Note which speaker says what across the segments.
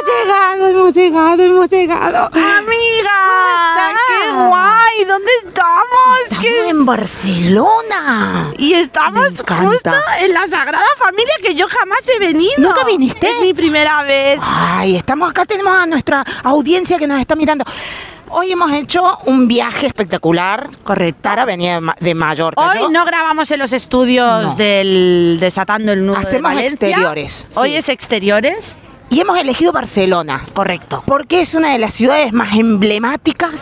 Speaker 1: llegado, hemos llegado, hemos llegado.
Speaker 2: ¡Amiga! ¡Qué
Speaker 1: estás?
Speaker 2: guay! ¿Dónde estamos?
Speaker 1: Estamos
Speaker 2: ¿Qué-
Speaker 1: en Barcelona.
Speaker 2: Y
Speaker 1: Me
Speaker 2: estamos
Speaker 1: encanta.
Speaker 2: justo en la Sagrada Familia que yo jamás he venido.
Speaker 1: ¿Nunca viniste?
Speaker 2: Es mi primera vez.
Speaker 1: Ay, estamos acá, tenemos a nuestra audiencia que nos está mirando. Hoy hemos hecho un viaje espectacular.
Speaker 2: Correcto.
Speaker 1: Tara venía de Ma- de Mallorca. yo-
Speaker 2: Hoy no grabamos en los estudios
Speaker 1: No.
Speaker 2: del Desatando el Nudo de
Speaker 1: Hacemos
Speaker 2: Valencia.
Speaker 1: exteriores, sí.
Speaker 2: Hoy es exteriores.
Speaker 1: Y hemos elegido Barcelona,
Speaker 2: Correcto.
Speaker 1: porque es una de las ciudades más emblemáticas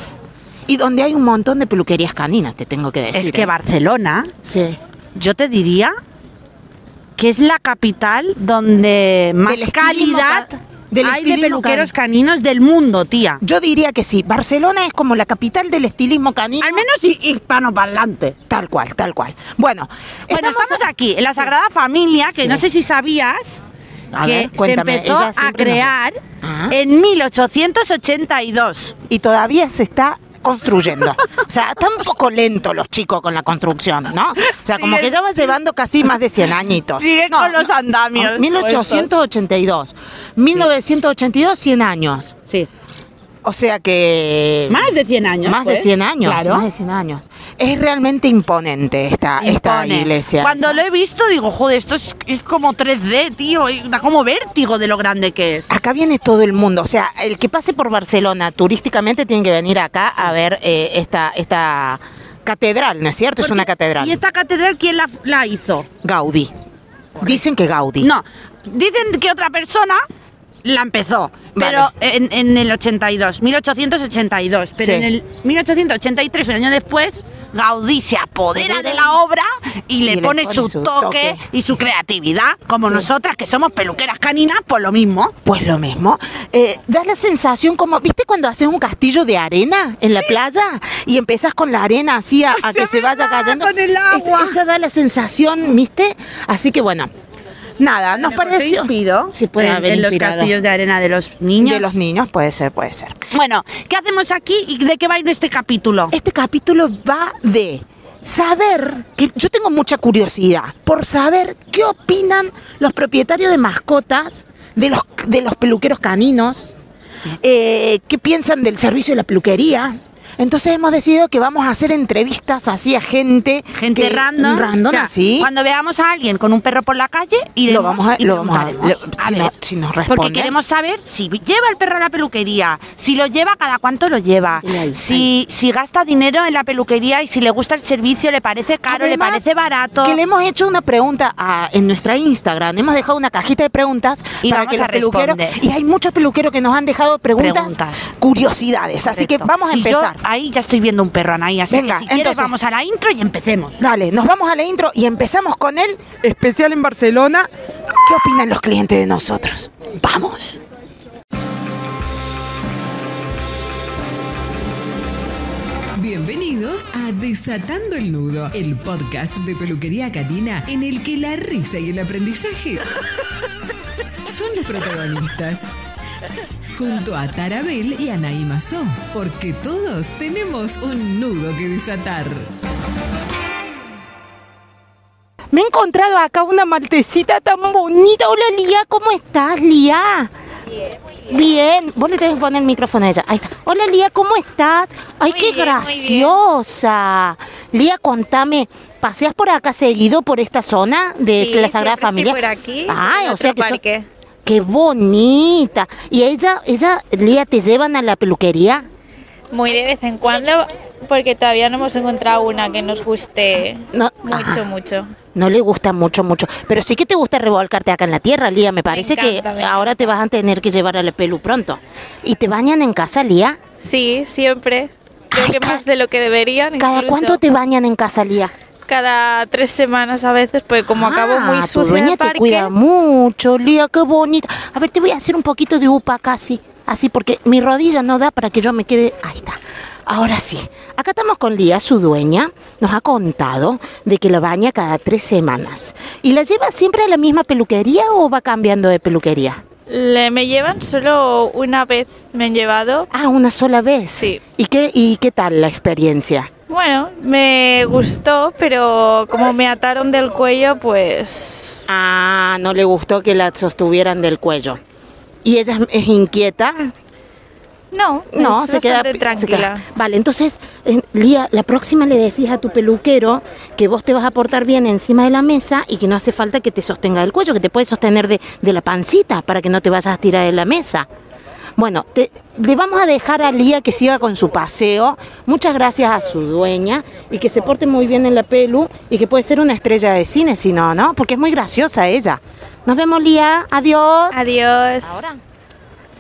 Speaker 1: y donde hay un montón de peluquerías caninas, te tengo que decir.
Speaker 2: Es que
Speaker 1: ¿eh?
Speaker 2: Barcelona,
Speaker 1: Sí.
Speaker 2: yo te diría que es la capital donde más
Speaker 1: estilismo
Speaker 2: calidad
Speaker 1: ca- del
Speaker 2: hay de
Speaker 1: estilismo
Speaker 2: peluqueros
Speaker 1: cani-
Speaker 2: caninos del mundo, tía.
Speaker 1: Yo diría que sí. Barcelona es como la capital del estilismo canino.
Speaker 2: Al menos hi- hispanoparlante.
Speaker 1: Tal cual, tal cual. Bueno,
Speaker 2: Bueno, estamos, aquí, en la Sagrada Familia, que
Speaker 1: Sí.
Speaker 2: no sé si sabías
Speaker 1: A
Speaker 2: que
Speaker 1: ver, cuéntame,
Speaker 2: se empezó
Speaker 1: ella
Speaker 2: a
Speaker 1: siempre nos-
Speaker 2: crear
Speaker 1: Ah.
Speaker 2: en 1882.
Speaker 1: y todavía se está construyendo. O sea, está un poco lento los chicos con la construcción, ¿no? O sea, como
Speaker 2: Sigue-
Speaker 1: que ya va llevando casi más de 100 añitos.
Speaker 2: Sigue
Speaker 1: No,
Speaker 2: con los
Speaker 1: no,
Speaker 2: andamios
Speaker 1: 1882. 1982, 100 años.
Speaker 2: Sí.
Speaker 1: O sea que...
Speaker 2: Más de 100 años.
Speaker 1: Más de
Speaker 2: pues.
Speaker 1: 100 años.
Speaker 2: Claro.
Speaker 1: Más de 100 años. Es realmente imponente esta, esta
Speaker 2: Impone.
Speaker 1: iglesia.
Speaker 2: Cuando lo he visto digo, joder, esto es, es como 3D, tío, y da como vértigo de lo grande que es.
Speaker 1: Acá viene todo el mundo, o sea, el que pase por Barcelona turísticamente tiene que venir acá a ver eh, esta, esta catedral, ¿no es cierto? es
Speaker 2: Porque-
Speaker 1: una catedral.
Speaker 2: ¿Y esta catedral quién la, la hizo?
Speaker 1: Gaudí. Dicen que Gaudí.
Speaker 2: No, dicen que otra persona la empezó, pero
Speaker 1: Vale.
Speaker 2: en, en el 82, 1882, pero
Speaker 1: Sí.
Speaker 2: en el 1883, un año después, Gaudí se apodera
Speaker 1: Apodera
Speaker 2: de la obra y le, pone, su, toque,
Speaker 1: toque.
Speaker 2: y su creatividad, como nosotras que somos peluqueras caninas, por lo mismo.
Speaker 1: Pues lo mismo. Eh, da la sensación como, ¿viste cuando haces un castillo de arena en la playa? Y empezás con la arena así a, a que
Speaker 2: es
Speaker 1: se vaya
Speaker 2: verdad,
Speaker 1: cayendo.
Speaker 2: con el
Speaker 1: Es-
Speaker 2: agua.
Speaker 1: esa da la sensación, ¿viste? Así que bueno, nada, nos pareció. Sí, puede
Speaker 2: en,
Speaker 1: haber
Speaker 2: en los
Speaker 1: inspirado.
Speaker 2: castillos de arena de los niños.
Speaker 1: De los niños, puede ser, puede ser.
Speaker 2: Bueno, ¿qué hacemos aquí y de qué va a ir este capítulo?
Speaker 1: Este capítulo va de saber, que yo tengo mucha curiosidad por saber qué opinan los propietarios de mascotas, de los, de los peluqueros caninos, eh, qué piensan del servicio de la peluquería. Entonces hemos decidido que vamos a hacer entrevistas así a gente.
Speaker 2: Gente
Speaker 1: que-
Speaker 2: random.
Speaker 1: Random,
Speaker 2: O sea,
Speaker 1: así.
Speaker 2: Cuando veamos a alguien con un perro por la calle, iremos
Speaker 1: Lo vamos a-
Speaker 2: y
Speaker 1: lo vamos a-
Speaker 2: preguntaremos.
Speaker 1: le- si no- si nos
Speaker 2: Porque
Speaker 1: responden.
Speaker 2: queremos saber si lleva el perro a la peluquería, si lo lleva, cada cuánto lo lleva,
Speaker 1: Dile ahí,
Speaker 2: si, si gasta dinero en la peluquería y si le gusta el servicio, le parece caro, le
Speaker 1: Además,
Speaker 2: parece barato.
Speaker 1: Que le hemos hecho una pregunta a- en nuestra Instagram. Hemos dejado una cajita de preguntas
Speaker 2: Y
Speaker 1: para
Speaker 2: vamos
Speaker 1: que
Speaker 2: a
Speaker 1: los peluqueros.
Speaker 2: responder.
Speaker 1: Y hay muchos peluqueros que nos han dejado preguntas,
Speaker 2: Preguntas.
Speaker 1: curiosidades. Así que
Speaker 2: Correcto.
Speaker 1: vamos a
Speaker 2: Y yo
Speaker 1: empezar.
Speaker 2: ahí ya estoy viendo un perro, Anaí, así
Speaker 1: Venga,
Speaker 2: que si quieres
Speaker 1: entonces-
Speaker 2: vamos a la intro y empecemos.
Speaker 1: Dale, nos vamos a la intro y empezamos con el especial en Barcelona. ¿Qué opinan los clientes de nosotros?
Speaker 2: ¡Vamos!
Speaker 3: Bienvenidos a Desatando el Nudo, el podcast de peluquería canina en el que la risa y el aprendizaje son los protagonistas. Junto a Tarabel y Anaí Mazó, porque todos tenemos un nudo que desatar.
Speaker 1: Me he encontrado acá una maltecita tan bonita. Hola, Lía, ¿cómo estás, Lía? Bien, vos le tenés que poner el micrófono a ella. Ahí está. Hola Lía, ¿cómo estás? Ay,
Speaker 4: Muy
Speaker 1: qué
Speaker 4: bien, muy bien.
Speaker 1: graciosa. Lía, contame, ¿paseas por acá seguido por esta zona de
Speaker 4: Sí,
Speaker 1: la Sagrada
Speaker 4: siempre
Speaker 1: Familia?
Speaker 4: estoy por aquí,
Speaker 1: Ay,
Speaker 4: en
Speaker 1: o sea
Speaker 4: otro
Speaker 1: que so-
Speaker 4: parque.
Speaker 1: qué bonita. Y ella, ella, Lía, ¿te llevan a la peluquería?
Speaker 4: Muy de vez en cuando, porque todavía no hemos encontrado una que nos guste
Speaker 1: No,
Speaker 4: mucho,
Speaker 1: ah,
Speaker 4: mucho.
Speaker 1: No le gusta mucho, mucho. Pero sí que te gusta revolcarte acá en la tierra, Lía. Me parece
Speaker 4: encanta,
Speaker 1: que
Speaker 4: me
Speaker 1: ahora te vas a tener que llevar a la pelu pronto. ¿Y te bañan en casa, Lía?
Speaker 4: Sí, siempre. Creo
Speaker 1: Ay,
Speaker 4: que
Speaker 1: cada-
Speaker 4: más de lo que deberían.
Speaker 1: ¿Cada
Speaker 4: incluso.
Speaker 1: cuánto te bañan en casa, Lía?
Speaker 4: Cada tres semanas a veces, porque como acabo
Speaker 1: Ah,
Speaker 4: muy
Speaker 1: tu
Speaker 4: sucio en
Speaker 1: dueña
Speaker 4: el parque.
Speaker 1: te cuida mucho, Lía, qué bonita. A ver, te voy a hacer un poquito de upa casi, así porque mi rodilla no da para que yo me quede. Ahí está. Ahora sí, acá estamos con Lía, su dueña, nos ha contado de que la baña cada tres semanas. ¿Y la lleva siempre a la misma peluquería o va cambiando de peluquería?
Speaker 4: Le, me llevan solo una vez, me han llevado.
Speaker 1: Ah, una sola vez.
Speaker 4: Sí.
Speaker 1: ¿Y qué, y qué tal la experiencia?
Speaker 4: Bueno, me gustó, pero como me ataron del cuello, pues.
Speaker 1: Ah, no le gustó que la sostuvieran del cuello. ¿Y ella es- es inquieta?
Speaker 4: No,
Speaker 1: No,
Speaker 4: es
Speaker 1: se queda,
Speaker 4: bastante
Speaker 1: se
Speaker 4: tranquila.
Speaker 1: queda- Vale, entonces, eh, Lía, la próxima le decís a tu peluquero que vos te vas a portar bien encima de la mesa y que no hace falta que te sostenga del cuello, que te puedes sostener de, de la pancita para que no te vayas a tirar de la mesa. Bueno, te- le vamos a dejar a Lía que siga con su paseo. Muchas gracias a su dueña y que se porte muy bien en la pelu y que puede ser una estrella de cine si no, ¿no? Porque es muy graciosa ella. Nos vemos, Lía. Adiós.
Speaker 4: Adiós.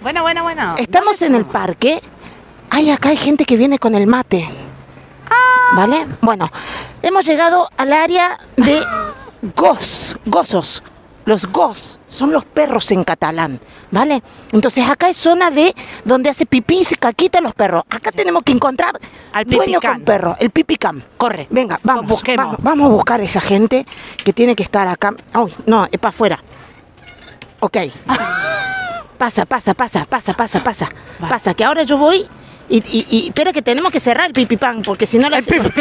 Speaker 2: Bueno, bueno, bueno.
Speaker 1: Estamos en el parque. Ay, acá hay gente que viene con el mate.
Speaker 2: Ah.
Speaker 1: ¿Vale? Bueno, hemos llegado al área de gos, gozos. Los gos son los perros en catalán, ¿vale? Entonces acá es zona de donde hace pipí y se caquita los perros. Acá tenemos que encontrar
Speaker 2: Al
Speaker 1: dueño
Speaker 2: pipicán.
Speaker 1: con perro, el pipicam.
Speaker 2: Corre.
Speaker 1: Venga, vamos,
Speaker 2: busquemos.
Speaker 1: vamos, vamos a buscar a esa gente que tiene que estar acá. Ay, no, es para afuera. Ok. Pasa, pasa, pasa, pasa, pasa, pasa. Pasa, que ahora yo voy y, y, y- espera que tenemos que cerrar el pipipán, porque si no la- los perros-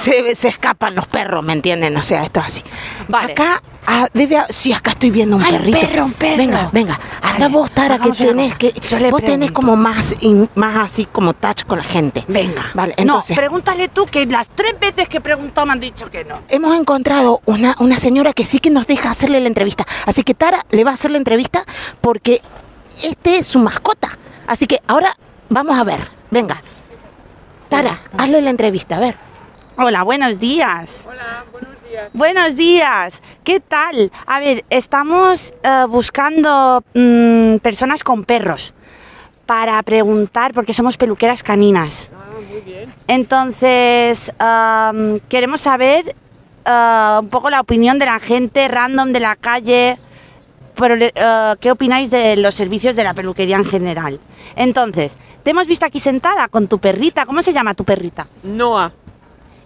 Speaker 1: se, se escapan los perros, ¿me entienden? O sea, esto es así.
Speaker 2: Vale.
Speaker 1: Acá, ah, debe, ha- sí, acá estoy viendo un
Speaker 2: Ay, un
Speaker 1: perrito.
Speaker 2: perro, un perro.
Speaker 1: Venga, venga. Anda
Speaker 2: Vale,
Speaker 1: vos, Tara, que
Speaker 2: hagamos una
Speaker 1: tenés
Speaker 2: cosa.
Speaker 1: que...
Speaker 2: Yo le
Speaker 1: vos tenés
Speaker 2: pregunto.
Speaker 1: como más, in- más así, como touch con la gente.
Speaker 2: Venga.
Speaker 1: Vale,
Speaker 2: No,
Speaker 1: entonces...
Speaker 2: pregúntale tú que las tres veces que he preguntado me han dicho que no.
Speaker 1: Hemos encontrado una, una señora que sí que nos deja hacerle la entrevista. Así que Tara le va a hacer la entrevista porque este es su mascota. Así que ahora vamos a ver. Venga. Tara, hazle la entrevista. A ver.
Speaker 2: Hola, buenos días. Hola, buenos días. Buenos días. ¿Qué tal? A ver, estamos eh, buscando mm, personas con perros para preguntar, porque somos peluqueras caninas. Entonces, am, queremos saber ah, un poco la opinión de la gente random de la calle. pero, eh, ¿Qué opináis de los servicios de la peluquería en general? Entonces, te hemos visto aquí sentada con tu perrita. ¿Cómo se llama tu perrita?
Speaker 5: Noah,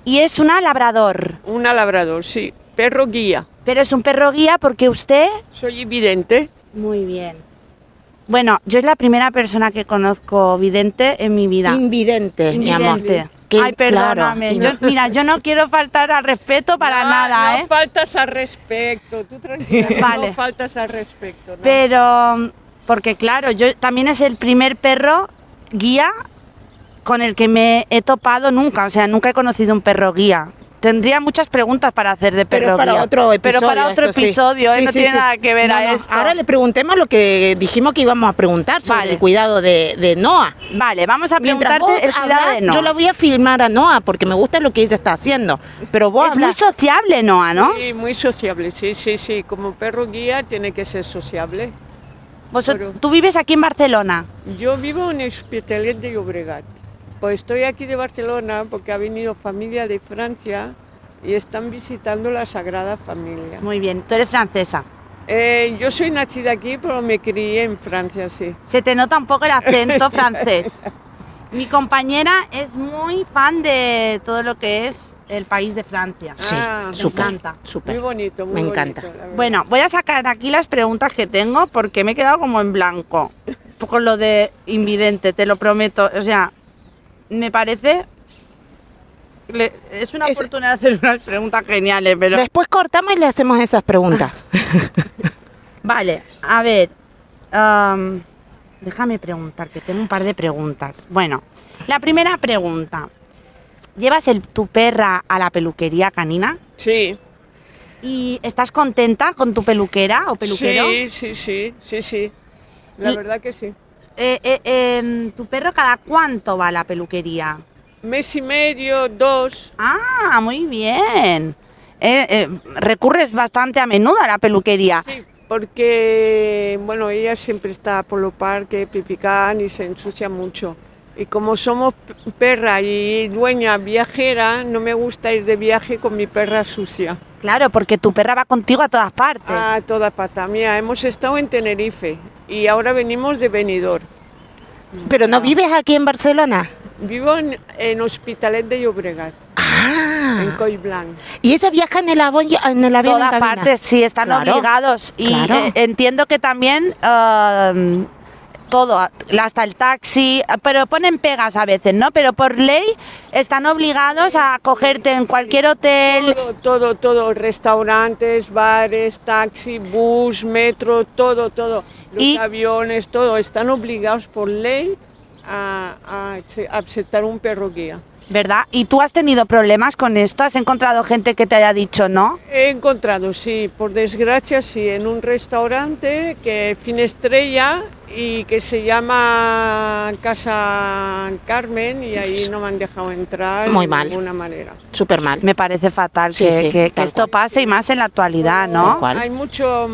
Speaker 2: Y es una labrador.
Speaker 5: una labrador, sí. Perro guía.
Speaker 2: Pero es un perro guía porque usted...
Speaker 5: Soy vidente.
Speaker 2: Muy bien. Bueno, yo es la primera persona que conozco vidente en mi vida.
Speaker 1: Invidente, mi amor.
Speaker 2: Invidente.
Speaker 1: Que-
Speaker 2: Ay, perdóname.
Speaker 1: claro,
Speaker 2: Yo- mira, yo no quiero faltar al respeto para
Speaker 5: No,
Speaker 2: nada,
Speaker 5: No
Speaker 2: ¿eh?
Speaker 5: faltas al respecto, tú tranquila. que
Speaker 2: Vale.
Speaker 5: No faltas al respecto. no.
Speaker 2: Pero, mm, porque claro, yo también es el primer perro guía con el que me he topado nunca. O sea, nunca he conocido un perro guía. Tendría muchas preguntas para hacer de perro
Speaker 1: Pero para
Speaker 2: guía.
Speaker 1: otro episodio.
Speaker 2: Pero para otro
Speaker 1: esto sí.
Speaker 2: episodio, ¿eh?
Speaker 1: Sí,
Speaker 2: no
Speaker 1: sí,
Speaker 2: tiene
Speaker 1: sí.
Speaker 2: nada que ver
Speaker 1: No,
Speaker 2: a
Speaker 1: no,
Speaker 2: esto.
Speaker 1: Ahora le preguntemos lo que dijimos que íbamos a preguntar sobre
Speaker 2: Vale.
Speaker 1: el cuidado de, de Noah.
Speaker 2: Vale, vamos a
Speaker 1: Mientras vos
Speaker 2: preguntarte el cuidado
Speaker 1: hablas,
Speaker 2: de Noah.
Speaker 1: yo la voy a filmar a Noah porque me gusta lo que ella está haciendo. Pero vos
Speaker 2: Es muy
Speaker 1: hablas.
Speaker 2: sociable, Noah, ¿no?
Speaker 5: Sí, muy sociable, sí, sí, sí. Como perro guía tiene que ser sociable.
Speaker 2: Vosot-
Speaker 5: pero-
Speaker 2: Tú vives aquí en Barcelona.
Speaker 5: Yo vivo en Hospitalet de Llobregat. Pues estoy aquí de Barcelona porque ha venido familia de Francia y están visitando la Sagrada Familia.
Speaker 2: Muy bien, tú eres francesa.
Speaker 5: Eh, yo soy nacida aquí, pero me crié en Francia, sí.
Speaker 2: Se te nota un poco el acento francés. Mi compañera es muy fan de todo lo que es el país de Francia.
Speaker 1: Sí,
Speaker 5: Ah, me
Speaker 1: súper,
Speaker 2: encanta.
Speaker 1: súper.
Speaker 5: Muy bonito, muy
Speaker 1: Me
Speaker 5: bonito,
Speaker 1: encanta.
Speaker 5: la verdad.
Speaker 2: Bueno, voy a sacar aquí las preguntas que tengo porque me he quedado como en blanco con lo de invidente, te lo prometo. O sea, me parece... le- es una
Speaker 1: Es-
Speaker 2: oportunidad de hacer unas preguntas geniales, pero...
Speaker 1: Después cortamos y le hacemos esas preguntas.
Speaker 2: Vale, a ver. am, déjame preguntar, que tengo un par de preguntas. Bueno, la primera pregunta. ¿Llevas el, tu perra a la peluquería canina?
Speaker 5: Sí,
Speaker 2: ¿Y estás contenta con tu peluquera o peluquero?
Speaker 5: Sí, sí, sí, sí, sí. La
Speaker 2: Y-
Speaker 5: verdad que sí.
Speaker 2: Eh, eh, em, ¿Tu perro cada cuánto va a la peluquería?
Speaker 5: Mes y medio, dos.
Speaker 2: Ah, muy bien. Eh, eh, recurres bastante a menudo a la peluquería.
Speaker 5: Sí, porque, bueno, ella siempre está por los parques, pipicán y se ensucia mucho. Y como somos p- perra y dueña viajera, no me gusta ir de viaje con mi perra sucia.
Speaker 2: Claro, porque tu perra va contigo a todas partes.
Speaker 5: Ah, toda pata mía. Hemos estado en Tenerife y ahora venimos de Benidorm.
Speaker 1: Pero no vives aquí en Barcelona.
Speaker 5: Vivo en, en Hospitalet de Llobregat, en
Speaker 1: Ah.
Speaker 5: Collblanc.
Speaker 1: Y ella viaja en el avión, en el avión en
Speaker 2: todas
Speaker 1: cabina.
Speaker 2: partes, sí, están
Speaker 1: Claro,
Speaker 2: obligados. Y
Speaker 1: claro.
Speaker 2: eh, entiendo que también ehm, todo, hasta el taxi, pero ponen pegas a veces, ¿no? Pero por ley están obligados a cogerte en cualquier hotel.
Speaker 5: Todo, todo, todo, restaurantes, bares, taxi, bus, metro, todo, todo. Los
Speaker 2: Y-
Speaker 5: aviones, todo, están obligados por ley a, a ace- aceptar un perro guía.
Speaker 2: ¿Verdad? ¿Y tú has tenido problemas con esto? ¿Has encontrado gente que te haya dicho no?
Speaker 5: He encontrado, sí, por desgracia, sí, en un restaurante que Finestrella y que se llama Casa Carmen y ahí no me han dejado entrar
Speaker 1: Muy
Speaker 5: de
Speaker 1: mal.
Speaker 5: ninguna manera.
Speaker 1: Súper mal.
Speaker 2: Me parece fatal
Speaker 1: Sí,
Speaker 2: que,
Speaker 1: sí,
Speaker 2: que- que
Speaker 1: tal
Speaker 2: esto
Speaker 1: cual.
Speaker 2: pase y más en la actualidad, ¿no?
Speaker 1: Tal cual.
Speaker 5: Hay mucho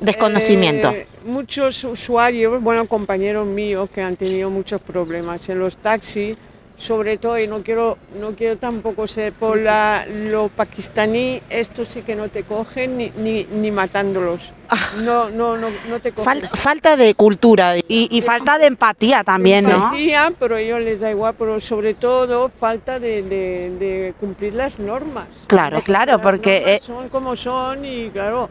Speaker 5: mm,
Speaker 1: Desconocimiento.
Speaker 5: eh, muchos usuarios, bueno, compañeros míos que han tenido muchos problemas en los taxis, sobre todo, y no quiero, no quiero tampoco ser por la, lo pakistaní, esto sí que no te cogen ni, ni, ni matándolos. No, no, no, no te cogen.
Speaker 1: Ah. Falta, falta de cultura.
Speaker 2: Y, y falta de empatía también, ¿no?
Speaker 5: Empatía, ah, pero a ellos les da igual, pero sobre todo falta de, de- de cumplir las normas.
Speaker 1: Claro,
Speaker 2: claro,
Speaker 5: Las
Speaker 2: porque,
Speaker 5: normas
Speaker 2: eh,
Speaker 5: son como son y claro.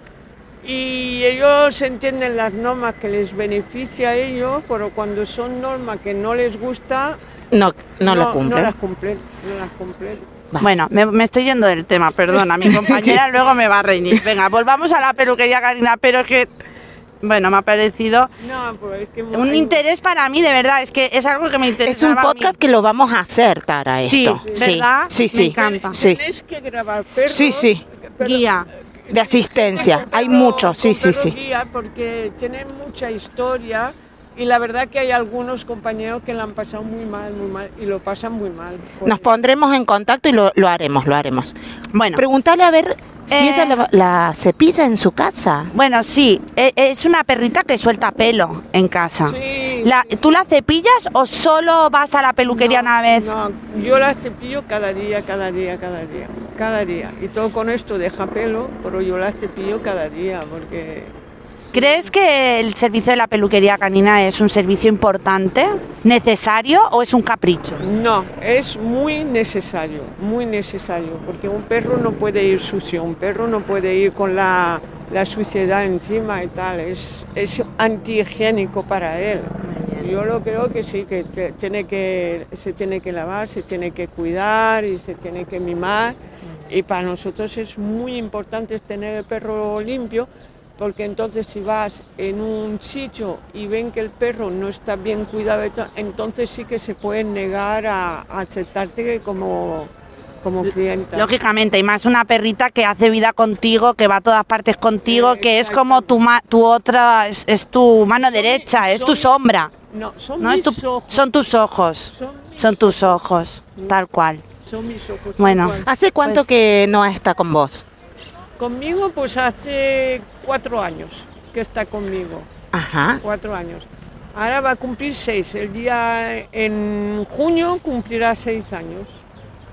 Speaker 5: Y ellos entienden las normas que les beneficia a ellos, pero cuando son normas que no les gusta,
Speaker 1: No, no, lo
Speaker 5: No
Speaker 1: cumplen.
Speaker 5: las cumplen, no las cumplen.
Speaker 1: Va.
Speaker 2: Bueno, me, me estoy yendo del tema, perdona, mi compañera luego me va a reñir. Venga, volvamos a la peluquería Karina, pero es que, bueno, me ha parecido
Speaker 5: No, pero es que
Speaker 2: un interés para mí, de verdad, es que es algo que me interesa.
Speaker 1: Es un podcast que lo vamos a hacer, Tara,
Speaker 2: Sí,
Speaker 1: esto.
Speaker 2: ¿verdad?
Speaker 1: sí,
Speaker 2: Me
Speaker 1: sí.
Speaker 2: encanta.
Speaker 1: Sí,
Speaker 5: Tienes que grabar perros.
Speaker 1: Sí, sí.
Speaker 5: pero-
Speaker 2: Guía.
Speaker 1: de asistencia.
Speaker 5: Con
Speaker 1: Hay
Speaker 5: perro-
Speaker 1: muchos, sí,
Speaker 5: con
Speaker 1: sí,
Speaker 5: perro
Speaker 1: sí.
Speaker 5: guía porque tienen mucha historia y la verdad que hay algunos compañeros que la han pasado muy mal, muy mal y lo pasan muy mal. por
Speaker 1: Nos
Speaker 5: ello.
Speaker 1: pondremos en contacto y lo, lo haremos, lo haremos.
Speaker 2: Bueno,
Speaker 1: Preguntarle a ver si
Speaker 2: Eh.
Speaker 1: ella la, la cepilla en su casa.
Speaker 2: bueno, sí, e- es una perrita que suelta pelo en casa.
Speaker 5: Sí,
Speaker 2: La-
Speaker 5: sí,
Speaker 2: ¿Tú la cepillas o solo vas a la peluquería una vez?
Speaker 5: No, yo la cepillo cada día, cada día, cada día, cada día. Y todo con esto deja pelo, pero yo la cepillo cada día porque
Speaker 2: ¿Crees que el servicio de la peluquería canina es un servicio importante, necesario o es un capricho?
Speaker 5: no, es muy necesario, muy necesario, porque un perro no puede ir sucio, un perro no puede ir con la, la suciedad encima y tal, es, es antihigiénico para él. Yo lo creo que sí, que te- tiene que, se tiene que lavar, se tiene que cuidar y se tiene que mimar. Y para nosotros es muy importante tener el perro limpio, porque entonces si vas en un sitio y ven que el perro no está bien cuidado, y tal, entonces sí que se pueden negar a, a aceptarte como, como clienta.
Speaker 2: Lógicamente, y más una perrita que hace vida contigo, que va a todas partes contigo,
Speaker 5: Eh,
Speaker 2: que es como
Speaker 5: exacto.
Speaker 2: tu, ma- tu otra, es, es tu mano derecha, es tu
Speaker 5: son-
Speaker 2: sombra.
Speaker 5: no, son
Speaker 2: No, es
Speaker 5: mis
Speaker 2: tu-
Speaker 5: ojos.
Speaker 2: son tus ojos,
Speaker 5: Son mis-
Speaker 2: son tus ojos, tal cual.
Speaker 5: son mis ojos.
Speaker 2: Bueno.
Speaker 5: tal cual.
Speaker 1: ¿Hace cuánto
Speaker 2: Pues-
Speaker 1: que no está con vos?
Speaker 5: Conmigo pues hace cuatro años que está conmigo.
Speaker 1: Ajá.
Speaker 5: cuatro años. Ahora va a cumplir seis. El día en junio cumplirá seis años.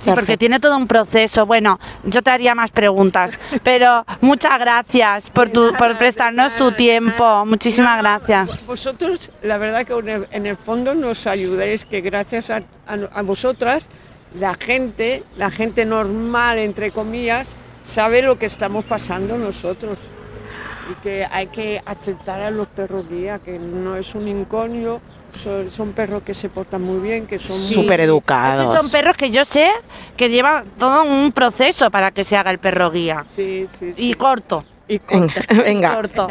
Speaker 2: Sí, porque tiene todo un proceso. Bueno, yo te haría más preguntas, pero muchas gracias por, tu, por prestarnos tu tiempo. Muchísimas gracias.
Speaker 5: Vosotros, la verdad que en el, en el fondo nos ayudáis, que gracias a, a no- a vosotras, la gente, la gente normal, entre comillas, sabe lo que estamos pasando nosotros. Y que hay que aceptar a los perros guía, que no es un inconio, son, son perros que se portan muy bien, que son muy-
Speaker 1: Súper educados.
Speaker 2: Son perros que yo sé que llevan todo un proceso para que se haga el perro guía.
Speaker 5: Sí, sí, sí.
Speaker 2: Y corto.
Speaker 5: Y con-
Speaker 1: Venga, venga.
Speaker 2: Corto.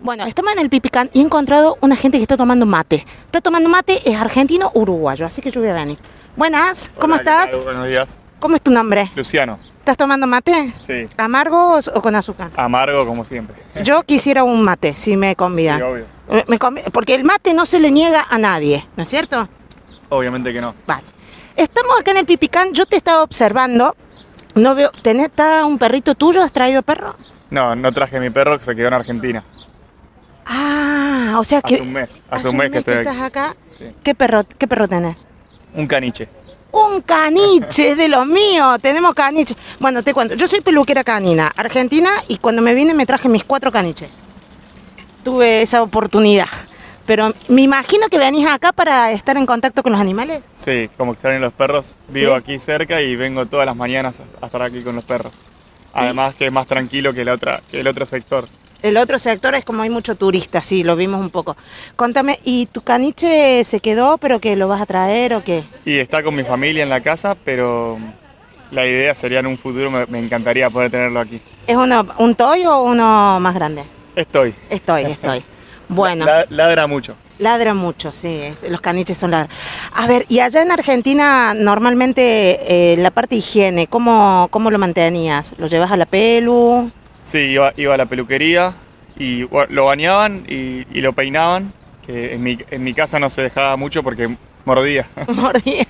Speaker 1: Bueno, estamos en el Pipicán y he encontrado una gente que está tomando mate. Está tomando mate, es argentino uruguayo, así que yo voy a venir. Buenas, ¿cómo
Speaker 6: Hola, ¿qué
Speaker 1: estás?
Speaker 6: tal? Buenos días.
Speaker 1: ¿Cómo es tu nombre?
Speaker 6: Luciano,
Speaker 1: ¿Estás tomando mate?
Speaker 6: sí.
Speaker 1: ¿Amargo o, o con azúcar?
Speaker 6: Amargo como siempre.
Speaker 1: Yo quisiera un mate, si me convidan.
Speaker 6: Sí, obvio.
Speaker 1: Eh, me convi- porque el mate no se le niega a nadie, ¿no es cierto?
Speaker 6: Obviamente que no.
Speaker 1: Vale. Estamos acá en el Pipicán, yo te estaba observando. No veo, ¿tenés está un perrito tuyo? ¿Has traído perro?
Speaker 6: No, no traje mi perro que se quedó en Argentina.
Speaker 1: Ah, o sea que...
Speaker 6: Hace un mes. Hace,
Speaker 1: hace
Speaker 6: un mes que estoy
Speaker 1: estás
Speaker 6: aquí.
Speaker 1: acá.
Speaker 6: Sí.
Speaker 1: ¿Qué perro, ¿Qué perro tenés?
Speaker 6: Un caniche.
Speaker 1: Un caniche es de los míos, tenemos caniche. Bueno, te cuento, yo soy peluquera canina, argentina, y cuando me vine me traje mis cuatro caniches. Tuve esa oportunidad. Pero me imagino que venís acá para estar en contacto con los animales.
Speaker 6: Sí, como extraño los perros, vivo
Speaker 1: Sí.
Speaker 6: aquí cerca y vengo todas las mañanas a a estar aquí con los perros. Además que es más tranquilo que, la otra, que el otro sector.
Speaker 1: El otro sector es como hay mucho turista, sí, lo vimos un poco. Contame, ¿y tu caniche se quedó, pero que lo vas a traer o qué?
Speaker 6: Y está con mi familia en la casa, pero la idea sería en un futuro, me, me encantaría poder tenerlo aquí.
Speaker 1: ¿Es uno, un toy o uno más grande?
Speaker 6: Estoy.
Speaker 1: Estoy, estoy. Bueno,
Speaker 6: La- ladra mucho.
Speaker 1: ladran mucho, sí, es- los caniches son ladran. A ver, y allá en Argentina, normalmente eh, la parte de higiene, ¿cómo, ¿cómo lo mantenías? ¿Lo llevas a la pelu?
Speaker 6: Sí, iba, iba a la peluquería y bueno, lo bañaban y, y lo peinaban, que en mi, en mi casa no se dejaba mucho porque mordía.
Speaker 1: Mordía.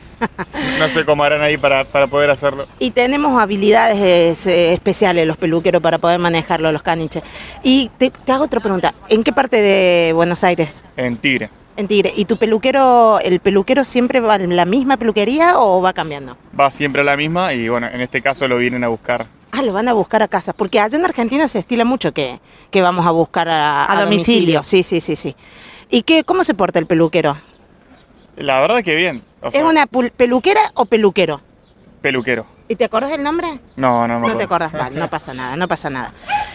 Speaker 6: No sé cómo harán ahí para, para poder hacerlo.
Speaker 1: Y tenemos habilidades eh, especiales los peluqueros para poder manejarlo, los caniches. Y te, te hago otra pregunta, ¿en qué parte de Buenos Aires?
Speaker 6: En Tigre.
Speaker 1: En Tigre, ¿y tu peluquero, el peluquero siempre va en la misma peluquería o va cambiando?
Speaker 6: Va siempre a la misma y bueno, en este caso lo vienen a buscar.
Speaker 1: Ah, lo van a buscar a casa, porque allá en Argentina se estila mucho que, que vamos a buscar a,
Speaker 2: A domicilio.
Speaker 1: Sí, sí, sí, sí. ¿Y qué, cómo se porta el peluquero?
Speaker 6: La verdad que bien. o sea,
Speaker 1: ¿Es una pul- peluquera o peluquero?
Speaker 6: Peluquero.
Speaker 1: ¿Y te acordás del nombre?
Speaker 6: No, no me
Speaker 1: No te
Speaker 6: acuerdo.
Speaker 1: acordás, vale, no pasa nada, no pasa nada.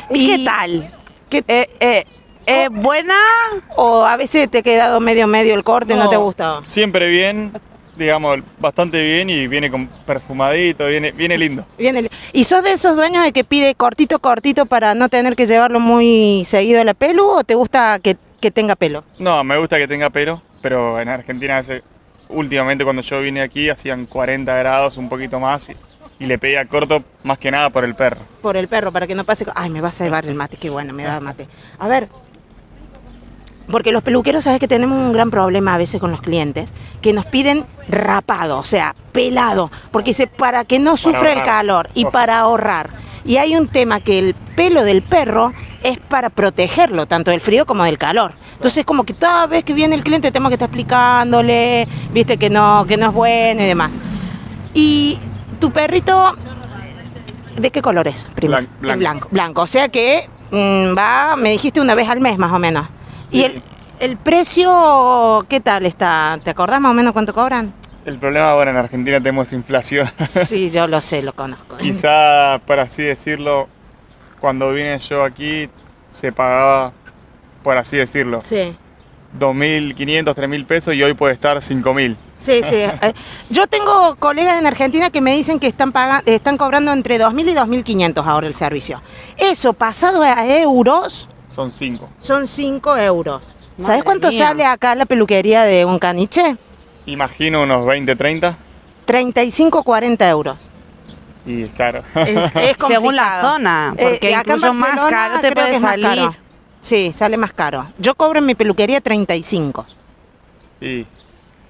Speaker 2: ¿Y qué tal?
Speaker 1: ¿Qué-
Speaker 2: Eh, eh, eh, buena.
Speaker 1: ¿O a veces te ha quedado medio medio el corte, no, te ha gustado?
Speaker 6: Siempre bien, digamos, bastante bien y viene con perfumadito, viene, viene lindo.
Speaker 1: Bien, el- ¿Y sos de esos dueños de que pide cortito, cortito para no tener que llevarlo muy seguido a la pelu o te gusta que, que tenga pelo?
Speaker 6: No, me gusta que tenga pelo, pero en Argentina a veces- últimamente cuando yo vine aquí hacían 40 grados, un poquito más, y, y le pedía corto más que nada por el perro.
Speaker 1: Por el perro, para que no pase. co- Ay, me vas a llevar el mate, qué bueno, me da mate. A ver. Porque los peluqueros, sabes que tenemos un gran problema a veces con los clientes, que nos piden rapado, o sea, pelado, porque dice para que no sufra el
Speaker 6: ahorrar.
Speaker 1: calor y
Speaker 6: Ojo.
Speaker 1: para ahorrar. Y hay un tema que el pelo del perro es para protegerlo, tanto del frío como del calor. Entonces, como que cada vez que viene el cliente, tenemos que estar explicándole, viste que no, que no es bueno y demás. Y tu perrito ¿De qué color es? primero?
Speaker 6: Blan-
Speaker 1: Es
Speaker 6: blanco.
Speaker 1: blanco. Blanco. O sea que mm, va, me dijiste una vez al mes más o menos. ¿Y
Speaker 6: Sí.
Speaker 1: el, el precio qué tal está? ¿Te acordás más o menos cuánto cobran?
Speaker 6: El problema ahora en Argentina tenemos inflación.
Speaker 1: Sí, yo lo sé, lo conozco.
Speaker 6: Quizá, por así decirlo, cuando vine yo aquí se pagaba, por así decirlo,
Speaker 1: Sí.
Speaker 6: 2.500, 3.000 pesos y hoy puede estar 5.000.
Speaker 1: Sí, sí. Eh, Yo tengo colegas en Argentina que me dicen que están paga- eh, están cobrando entre 2.000 y 2.500 ahora el servicio. Eso, pasado a euros,
Speaker 6: Son 5.
Speaker 1: son 5 euros. ¿Sabes
Speaker 2: Madre
Speaker 1: cuánto
Speaker 2: mía.
Speaker 1: sale acá la peluquería de un caniche?
Speaker 6: Imagino unos 20, 30
Speaker 1: 35, 40 euros.
Speaker 6: y es caro.
Speaker 1: Es- es
Speaker 2: Según la
Speaker 1: complicado.
Speaker 2: zona,
Speaker 1: Eh,
Speaker 2: porque
Speaker 1: y acá en
Speaker 2: incluso más
Speaker 1: Barcelona
Speaker 2: caro
Speaker 1: creo
Speaker 2: te
Speaker 1: que
Speaker 2: puede
Speaker 1: es más
Speaker 2: salir.
Speaker 1: caro. Sí, sale más caro. Yo cobro en mi peluquería 35,
Speaker 6: Y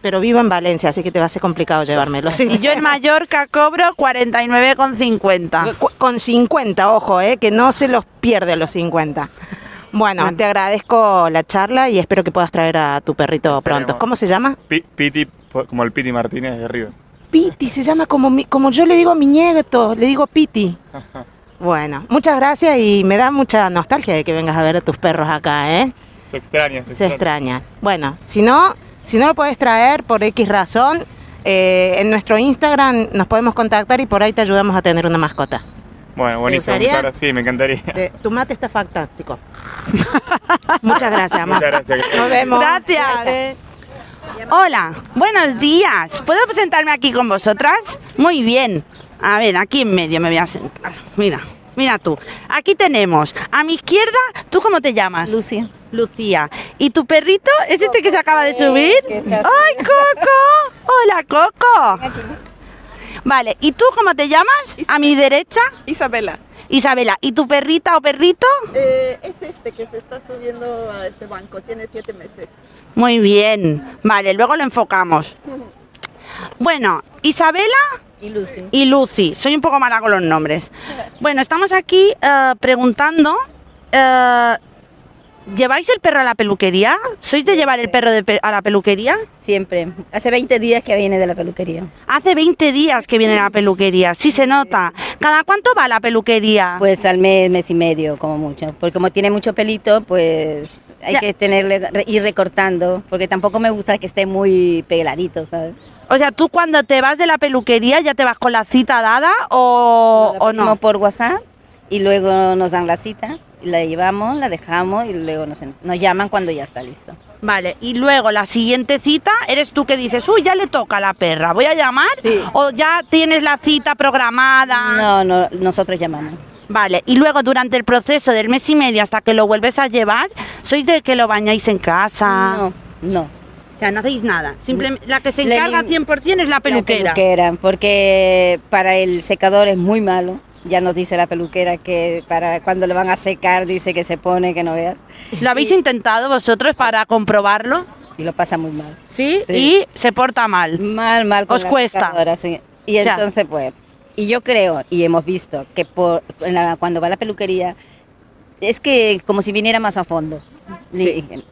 Speaker 1: pero vivo en Valencia, así que te va a ser complicado llevármelo. sí.
Speaker 2: Y yo en Mallorca cobro 49,50.
Speaker 1: Cu- Con 50, ojo, eh, que no se los pierde a los 50. Bueno,
Speaker 2: Bueno.
Speaker 1: te agradezco la charla y espero que puedas traer a tu perrito pronto.
Speaker 6: Esperemos.
Speaker 1: ¿Cómo se llama?
Speaker 6: Pi- Piti, po- como el Piti Martínez de River.
Speaker 1: Piti, se llama como, mi- como yo le digo a mi nieto, le digo Piti. Bueno, muchas gracias y me da mucha nostalgia de que vengas a ver a tus perros acá, ¿eh?
Speaker 6: Se extraña, se,
Speaker 1: se extraña. Bueno, si no, si no lo puedes traer por X razón, eh, en nuestro Instagram nos podemos contactar y por ahí te ayudamos a tener una mascota.
Speaker 6: Bueno, buenísimo.
Speaker 1: gustaría?
Speaker 6: Muchas gracias. Sí, me encantaría.
Speaker 1: Eh, tu mate está fantástico. Muchas gracias, amor.
Speaker 6: Muchas gracias.
Speaker 1: Nos vemos.
Speaker 2: Gracias. Hola, buenos días. ¿Puedo sentarme aquí con vosotras? Muy bien. A ver, aquí en medio me voy a sentar. Mira, mira tú. Aquí tenemos a mi izquierda, ¿tú cómo te llamas?
Speaker 4: Lucy.
Speaker 2: Lucía. ¿Y tu perrito? ¿Es este que se acaba de subir?
Speaker 4: que está así.
Speaker 2: ¡Ay, Coco! ¡Hola, Coco! Vale, ¿y tú cómo te llamas? A mi derecha,
Speaker 7: Isabela,
Speaker 2: Isabela. ¿Y tu perrita o perrito?
Speaker 7: eh, es este que se está subiendo a este banco, tiene siete meses.
Speaker 2: Muy bien. Vale, luego lo enfocamos. Bueno, Isabela
Speaker 4: Y Lucy.
Speaker 2: y Lucy. Soy un poco mala con los nombres. Bueno, estamos aquí eh, preguntando. eh, ¿Lleváis el perro a la peluquería? ¿Sois de llevar el perro de pe- a la peluquería?
Speaker 4: Siempre. Hace 20 días que viene de la peluquería.
Speaker 2: Hace 20 días que viene la peluquería, sí se nota. ¿Cada cuánto va la peluquería?
Speaker 4: Pues al mes, mes y medio, como mucho. Porque como tiene mucho pelito, pues hay
Speaker 2: Ya.
Speaker 4: que tenerle, re- ir recortando. Porque tampoco me gusta que esté muy peladito, ¿sabes?
Speaker 2: o sea, ¿tú cuando te vas de la peluquería ya te vas con la cita dada o,
Speaker 4: La
Speaker 2: o no?
Speaker 4: pedimos por WhatsApp y luego nos dan la cita. y La llevamos, la dejamos y luego nos, en- nos llaman cuando ya está listo.
Speaker 2: Vale, y luego la siguiente cita eres tú que dices, uy, ya le toca a la perra, voy a llamar.
Speaker 4: Sí.
Speaker 2: O ya tienes la cita programada.
Speaker 4: No, no, nosotros llamamos.
Speaker 2: Vale, y luego durante el proceso del mes y medio hasta que lo vuelves a llevar, ¿Sois de que lo bañáis en casa?
Speaker 4: No, no.
Speaker 2: O sea, no hacéis nada. Simplemente la que se
Speaker 4: Le-
Speaker 2: encarga 100% es la peluquera.
Speaker 4: La peluquera, porque para el secador es muy malo. Ya nos dice la peluquera que para cuando le van a secar dice que se pone, que no veas.
Speaker 2: ¿Lo habéis intentado vosotros para comprobarlo?
Speaker 4: Y lo pasa muy mal.
Speaker 2: ¿Sí?
Speaker 4: Sí.
Speaker 2: Y se porta mal.
Speaker 4: Mal, mal. con
Speaker 2: Os
Speaker 4: la
Speaker 2: cuesta.
Speaker 4: secadora, sí. Y
Speaker 2: O sea-
Speaker 4: entonces, pues, y yo creo, y hemos visto, que por, en la- cuando va a la peluquería, es que como si viniera más a fondo.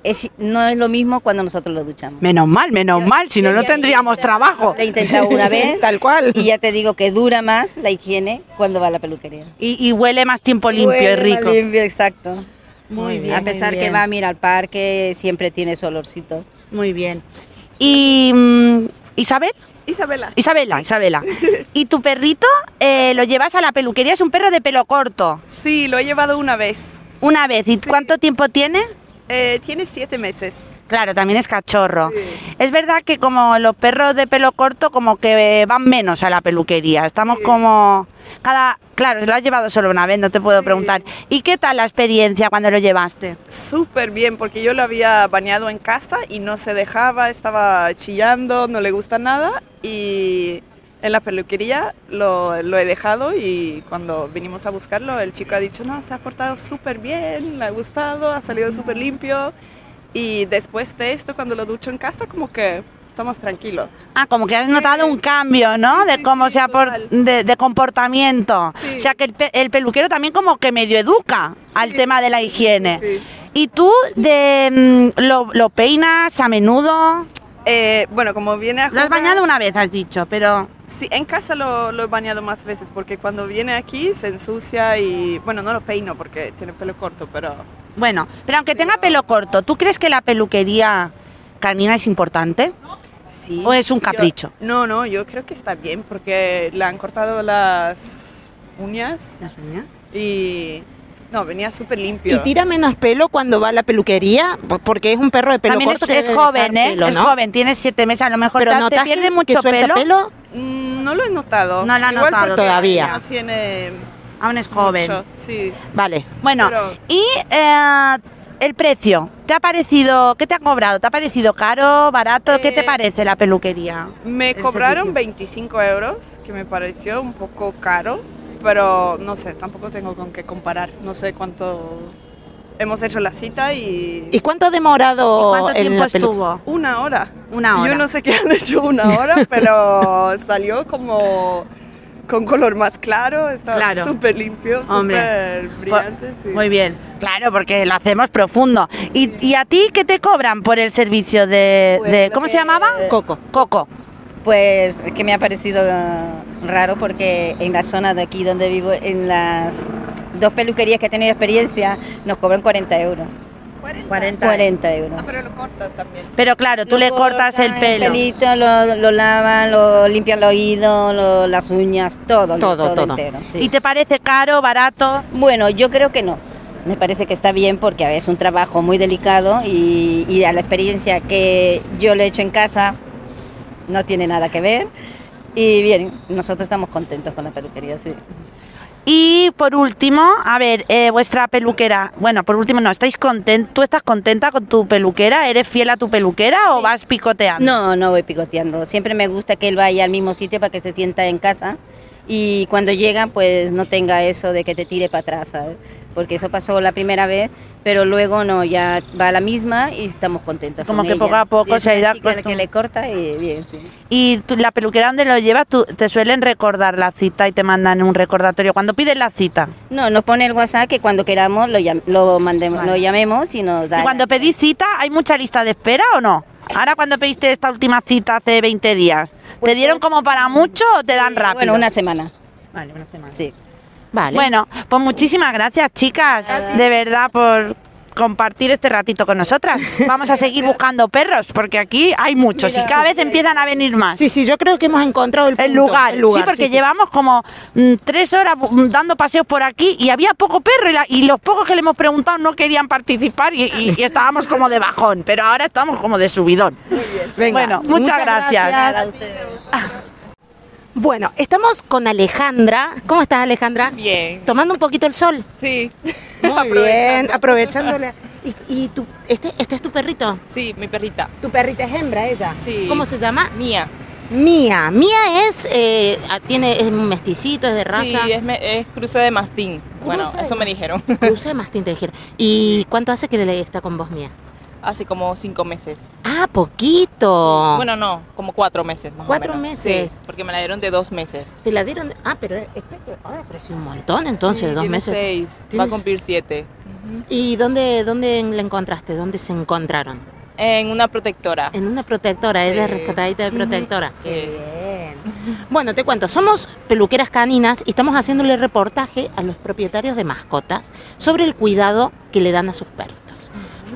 Speaker 4: Es- no es lo mismo cuando nosotros lo duchamos.
Speaker 2: Menos mal, menos mal, si no, no tendríamos trabajo.
Speaker 4: La he intentado una vez.
Speaker 1: Tal cual.
Speaker 4: Y ya te digo que dura más la higiene cuando va a la peluquería.
Speaker 2: Y, y huele más tiempo limpio y
Speaker 4: Huele más
Speaker 2: rico.
Speaker 4: Limpio, exacto.
Speaker 2: Muy bien,
Speaker 4: A pesar
Speaker 2: muy
Speaker 4: que
Speaker 2: bien.
Speaker 4: va a mirar al parque, siempre tiene su olorcito.
Speaker 2: Muy bien. Y. mm, Isabel,
Speaker 7: Isabela.
Speaker 2: Isabela, Isabela. ¿Y tu perrito eh, lo llevas a la peluquería? Es un perro de pelo corto.
Speaker 7: Sí, lo he llevado una vez.
Speaker 2: Una vez. ¿Y cuánto tiempo tiene?
Speaker 7: Eh, tiene siete meses.
Speaker 2: Claro, también es cachorro.
Speaker 7: Sí.
Speaker 2: Es verdad que como los perros de pelo corto como que van menos a la peluquería. Estamos como cada claro, se lo has llevado solo una vez, no te puedo
Speaker 7: Sí.
Speaker 2: preguntar. ¿Y qué tal la experiencia cuando lo llevaste?
Speaker 7: Súper bien, porque yo lo había bañado en casa y no se dejaba, estaba chillando, no le gusta nada. Y en la peluquería lo, lo he dejado y cuando vinimos a buscarlo, el chico ha dicho, no, se ha portado súper bien, le ha gustado, ha salido súper limpio. Y después de esto, cuando lo ducho en casa, como que estamos tranquilos.
Speaker 2: Ah, como que has notado un cambio, ¿no? De
Speaker 7: sí,
Speaker 2: cómo
Speaker 7: sí,
Speaker 2: se ha por-
Speaker 7: total.
Speaker 2: de, de comportamiento.
Speaker 7: Sí.
Speaker 2: O sea que el, pe- el peluquero también como que medio educa al
Speaker 7: Sí,
Speaker 2: tema de la higiene.
Speaker 7: Sí.
Speaker 2: ¿Y tú de mm, lo, lo peinas a menudo?
Speaker 7: Eh, bueno, como viene a
Speaker 2: Lo has
Speaker 7: jugar-
Speaker 2: bañado una vez, has dicho, pero
Speaker 7: Sí, en casa lo, lo he bañado más veces porque cuando viene aquí se ensucia y bueno, no lo peino porque tiene pelo corto, pero
Speaker 2: Bueno, pero aunque tenga pelo corto, ¿tú crees que la peluquería canina es importante?
Speaker 7: sí.
Speaker 2: ¿O es un
Speaker 7: Yo-
Speaker 2: capricho?
Speaker 7: no, no, yo creo que está bien porque le han cortado las uñas y no, venía súper limpio.
Speaker 1: Y tira menos pelo cuando va a la peluquería, po- porque es un perro de pelo
Speaker 2: También es,
Speaker 1: corto. se
Speaker 2: es
Speaker 1: debe
Speaker 2: joven,
Speaker 1: dejar
Speaker 2: ¿eh?
Speaker 1: pelo,
Speaker 2: Es
Speaker 1: ¿no?
Speaker 2: joven, tiene siete meses, a lo mejor
Speaker 1: Pero
Speaker 2: ta- te
Speaker 1: notas
Speaker 2: pierde
Speaker 1: que-
Speaker 2: mucho
Speaker 1: que suelta
Speaker 2: pelo,
Speaker 1: pelo.
Speaker 7: Mm, no lo he notado.
Speaker 2: No lo ha
Speaker 7: Igual
Speaker 2: notado
Speaker 7: porque
Speaker 1: todavía.
Speaker 7: No tiene
Speaker 2: aún es joven.
Speaker 7: mucho, sí.
Speaker 1: Vale.
Speaker 2: Bueno,
Speaker 7: Pero-
Speaker 2: y eh, el precio, ¿te ha parecido, qué te ha cobrado? ¿Te ha parecido caro, barato? ¿Qué te
Speaker 7: Eh,
Speaker 2: parece la peluquería? El
Speaker 7: Me
Speaker 2: servicio.
Speaker 7: cobraron 25 euros, que me pareció un poco caro, pero no sé, tampoco tengo con qué comparar. No sé cuánto hemos hecho la cita y...
Speaker 1: ¿Y cuánto ha demorado
Speaker 2: ¿Cuánto
Speaker 1: en
Speaker 2: tiempo
Speaker 1: la pelu-
Speaker 2: estuvo?
Speaker 7: Una hora.
Speaker 2: Una hora.
Speaker 7: Yo no sé qué han hecho una hora, pero salió como con color más claro, estaba
Speaker 2: Claro.
Speaker 7: súper limpio,
Speaker 2: Hombre. pues,
Speaker 7: súper brillante. sí.
Speaker 2: Muy bien. Claro, porque lo hacemos profundo. ¿Y, y a ti qué te cobran por el servicio de...
Speaker 4: Pues
Speaker 2: de-
Speaker 4: lo
Speaker 2: ¿Cómo se
Speaker 4: que-
Speaker 2: llamaba?
Speaker 1: Coco.
Speaker 2: Coco.
Speaker 4: Pues que me ha parecido eh, raro porque en la zona de aquí donde vivo, en las dos peluquerías que he tenido experiencia, nos cobran 40 euros.
Speaker 2: 40.
Speaker 4: 40 euros.
Speaker 7: Ah, pero lo cortas también.
Speaker 2: Pero claro, tú le cortas el pelo.
Speaker 4: pelito, lo, lo lavan, lo limpian los oídos, lo- las uñas, todo.
Speaker 1: Todo, todo.
Speaker 4: entero, sí.
Speaker 2: ¿Y te parece caro, barato?
Speaker 4: Bueno, yo creo que no. Me parece que está bien porque es un trabajo muy delicado y, y a la experiencia que yo le he hecho en casa no tiene nada que ver. Y bien, nosotros estamos contentos con la peluquería, sí.
Speaker 2: Y por último, a ver, eh, vuestra peluquera. Bueno, por último, no, ¿estáis contentos? ¿Tú estás contenta con tu peluquera? ¿Eres fiel a tu peluquera o vas picoteando?
Speaker 4: No, no voy picoteando. Siempre me gusta que él vaya al mismo sitio para que se sienta en casa y cuando llega pues no tenga eso de que te tire para atrás, ¿sabes? Porque eso pasó la primera vez, pero luego no, ya va la misma y estamos contentos.
Speaker 2: Como
Speaker 4: con
Speaker 2: que
Speaker 4: ella.
Speaker 2: poco a poco
Speaker 4: Sí, es
Speaker 2: se ha
Speaker 4: una
Speaker 2: ido
Speaker 4: chica la que
Speaker 2: acostum-
Speaker 4: le corta y bien, sí.
Speaker 2: Y tú- la peluquera donde lo llevas, tú- te suelen recordar la cita y te mandan un recordatorio. Cuando pides la cita.
Speaker 4: No, nos pone el WhatsApp que cuando queramos lo, llam- lo mandemos,
Speaker 2: Vale.
Speaker 4: lo llamemos y nos da.
Speaker 2: ¿Y cuando
Speaker 4: la-
Speaker 2: pedís cita, hay mucha lista de espera o no? Ahora, cuando pediste esta última cita hace 20 días, ¿te
Speaker 4: Pues,
Speaker 2: dieron
Speaker 4: pues,
Speaker 2: como para mucho o te dan
Speaker 4: Sí,
Speaker 2: rápido?
Speaker 4: Bueno, una semana,
Speaker 2: Vale, una semana.
Speaker 4: sí.
Speaker 1: Vale.
Speaker 2: Bueno, pues muchísimas gracias, chicas, de verdad, por compartir este ratito con nosotras. Vamos a seguir buscando perros, porque aquí hay muchos y cada vez empiezan a venir más.
Speaker 1: Sí, sí, yo creo que hemos encontrado el,
Speaker 2: El
Speaker 1: punto,
Speaker 2: lugar.
Speaker 1: el lugar,
Speaker 2: sí, porque
Speaker 1: sí.
Speaker 2: llevamos como mm, tres horas mm, dando paseos por aquí y había poco perro y, la- y los pocos que le hemos preguntado no querían participar y, y- y estábamos como de bajón, pero ahora estamos como de subidón.
Speaker 1: Venga,
Speaker 2: bueno, muchas, gracias.
Speaker 1: Bueno, estamos con Alejandra. ¿Cómo estás, Alejandra? Bien. Tomando un poquito el sol.
Speaker 8: Sí,
Speaker 1: Muy bien, aprovechándole. Y, y tu- este, este es tu perrito.
Speaker 8: Sí, mi perrita.
Speaker 1: Tu perrita es hembra, ella.
Speaker 8: Sí.
Speaker 1: ¿Cómo se llama?
Speaker 8: Mía.
Speaker 1: Mía. Mía es, eh, ah, tiene, es un mesticito, es de raza.
Speaker 8: Sí, es, me- es cruce de mastín. Bueno,
Speaker 1: Cruce de
Speaker 8: eso me
Speaker 1: mastín.
Speaker 8: dijeron.
Speaker 1: Cruce más tinta ligera. ¿Y cuánto hace que le está con vos, Mía?
Speaker 8: Hace como cinco meses.
Speaker 1: Ah, poquito.
Speaker 8: Bueno, no, como cuatro meses más o
Speaker 1: Ah. Cuatro
Speaker 8: menos.
Speaker 1: meses.
Speaker 8: Sí, porque me la dieron de dos meses.
Speaker 1: Te la dieron. de- Ah, pero es que- ah, pero es un montón entonces,
Speaker 8: Sí,
Speaker 1: dos
Speaker 8: tiene
Speaker 1: meses.
Speaker 8: seis. Va a
Speaker 1: Tienes-
Speaker 8: cumplir siete.
Speaker 1: ¿Y dónde, dónde la encontraste? ¿Dónde se encontraron?
Speaker 8: En una protectora.
Speaker 1: En una protectora, ella es
Speaker 8: Sí.
Speaker 1: rescatadita de protectora.
Speaker 8: eh, Sí.
Speaker 1: Bien. Bueno, te cuento, somos peluqueras caninas y estamos haciéndole reportaje a los propietarios de mascotas sobre el cuidado que le dan a sus perritos.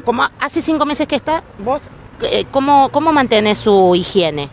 Speaker 1: Como hace cinco meses que está, vos, eh, ¿cómo, cómo mantienes su higiene?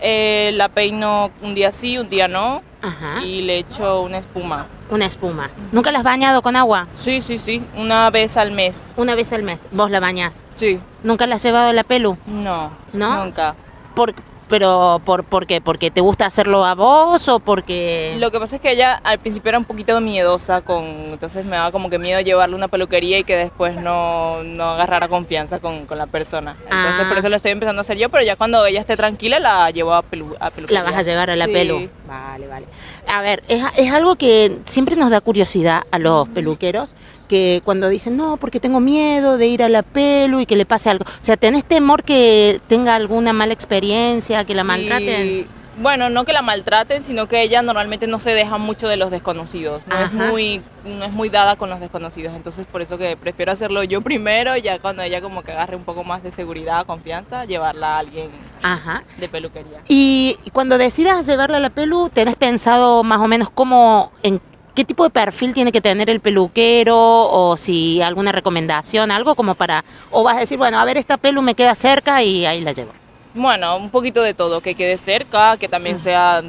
Speaker 8: Eh, la peino un día sí, un día no.
Speaker 1: Ajá.
Speaker 8: Y le echo una espuma.
Speaker 1: Una espuma. ¿Nunca la has bañado con agua?
Speaker 8: Sí, sí, sí. Una vez al mes.
Speaker 1: Una vez al mes, vos la bañás.
Speaker 8: Sí.
Speaker 1: ¿Nunca la has llevado a la pelu?
Speaker 8: No.
Speaker 1: ¿No?
Speaker 8: Nunca.
Speaker 1: Por, ¿Pero por, por qué? ¿Porque te gusta hacerlo a vos o porque...?
Speaker 8: Lo que pasa es que ella al principio era un poquito miedosa con, entonces me daba como que miedo llevarle una peluquería y que después no, no agarrara confianza con, con la persona. Entonces
Speaker 1: Ah.
Speaker 8: por eso lo estoy empezando a hacer yo, pero ya cuando ella esté tranquila la llevo a, pelu, a peluquería.
Speaker 1: La vas a llevar a la
Speaker 8: Sí.
Speaker 1: pelu. Vale, vale. A ver, es, es algo que siempre nos da curiosidad a los peluqueros, que cuando dicen, no, porque tengo miedo de ir a la pelu y que le pase algo. O sea, ¿tenés temor que tenga alguna mala experiencia, que la
Speaker 8: Sí.
Speaker 1: maltraten?
Speaker 8: Bueno, no que la maltraten, sino que ella normalmente no se deja mucho de los desconocidos. No es
Speaker 1: Ajá.
Speaker 8: muy, no es muy dada con los desconocidos. Entonces por eso que prefiero hacerlo yo primero, y ya cuando ella como que agarre un poco más de seguridad, confianza, llevarla a alguien
Speaker 1: Ajá.
Speaker 8: de peluquería.
Speaker 1: Y cuando decidas llevarla a la pelu, ¿tenés pensado más o menos cómo, en qué tipo de perfil tiene que tener el peluquero o si alguna recomendación, algo como para, o vas a decir, bueno, a ver, esta pelu me queda cerca y ahí la llevo?
Speaker 8: Bueno, un poquito de todo, que quede cerca, que
Speaker 1: Ah.
Speaker 8: también sea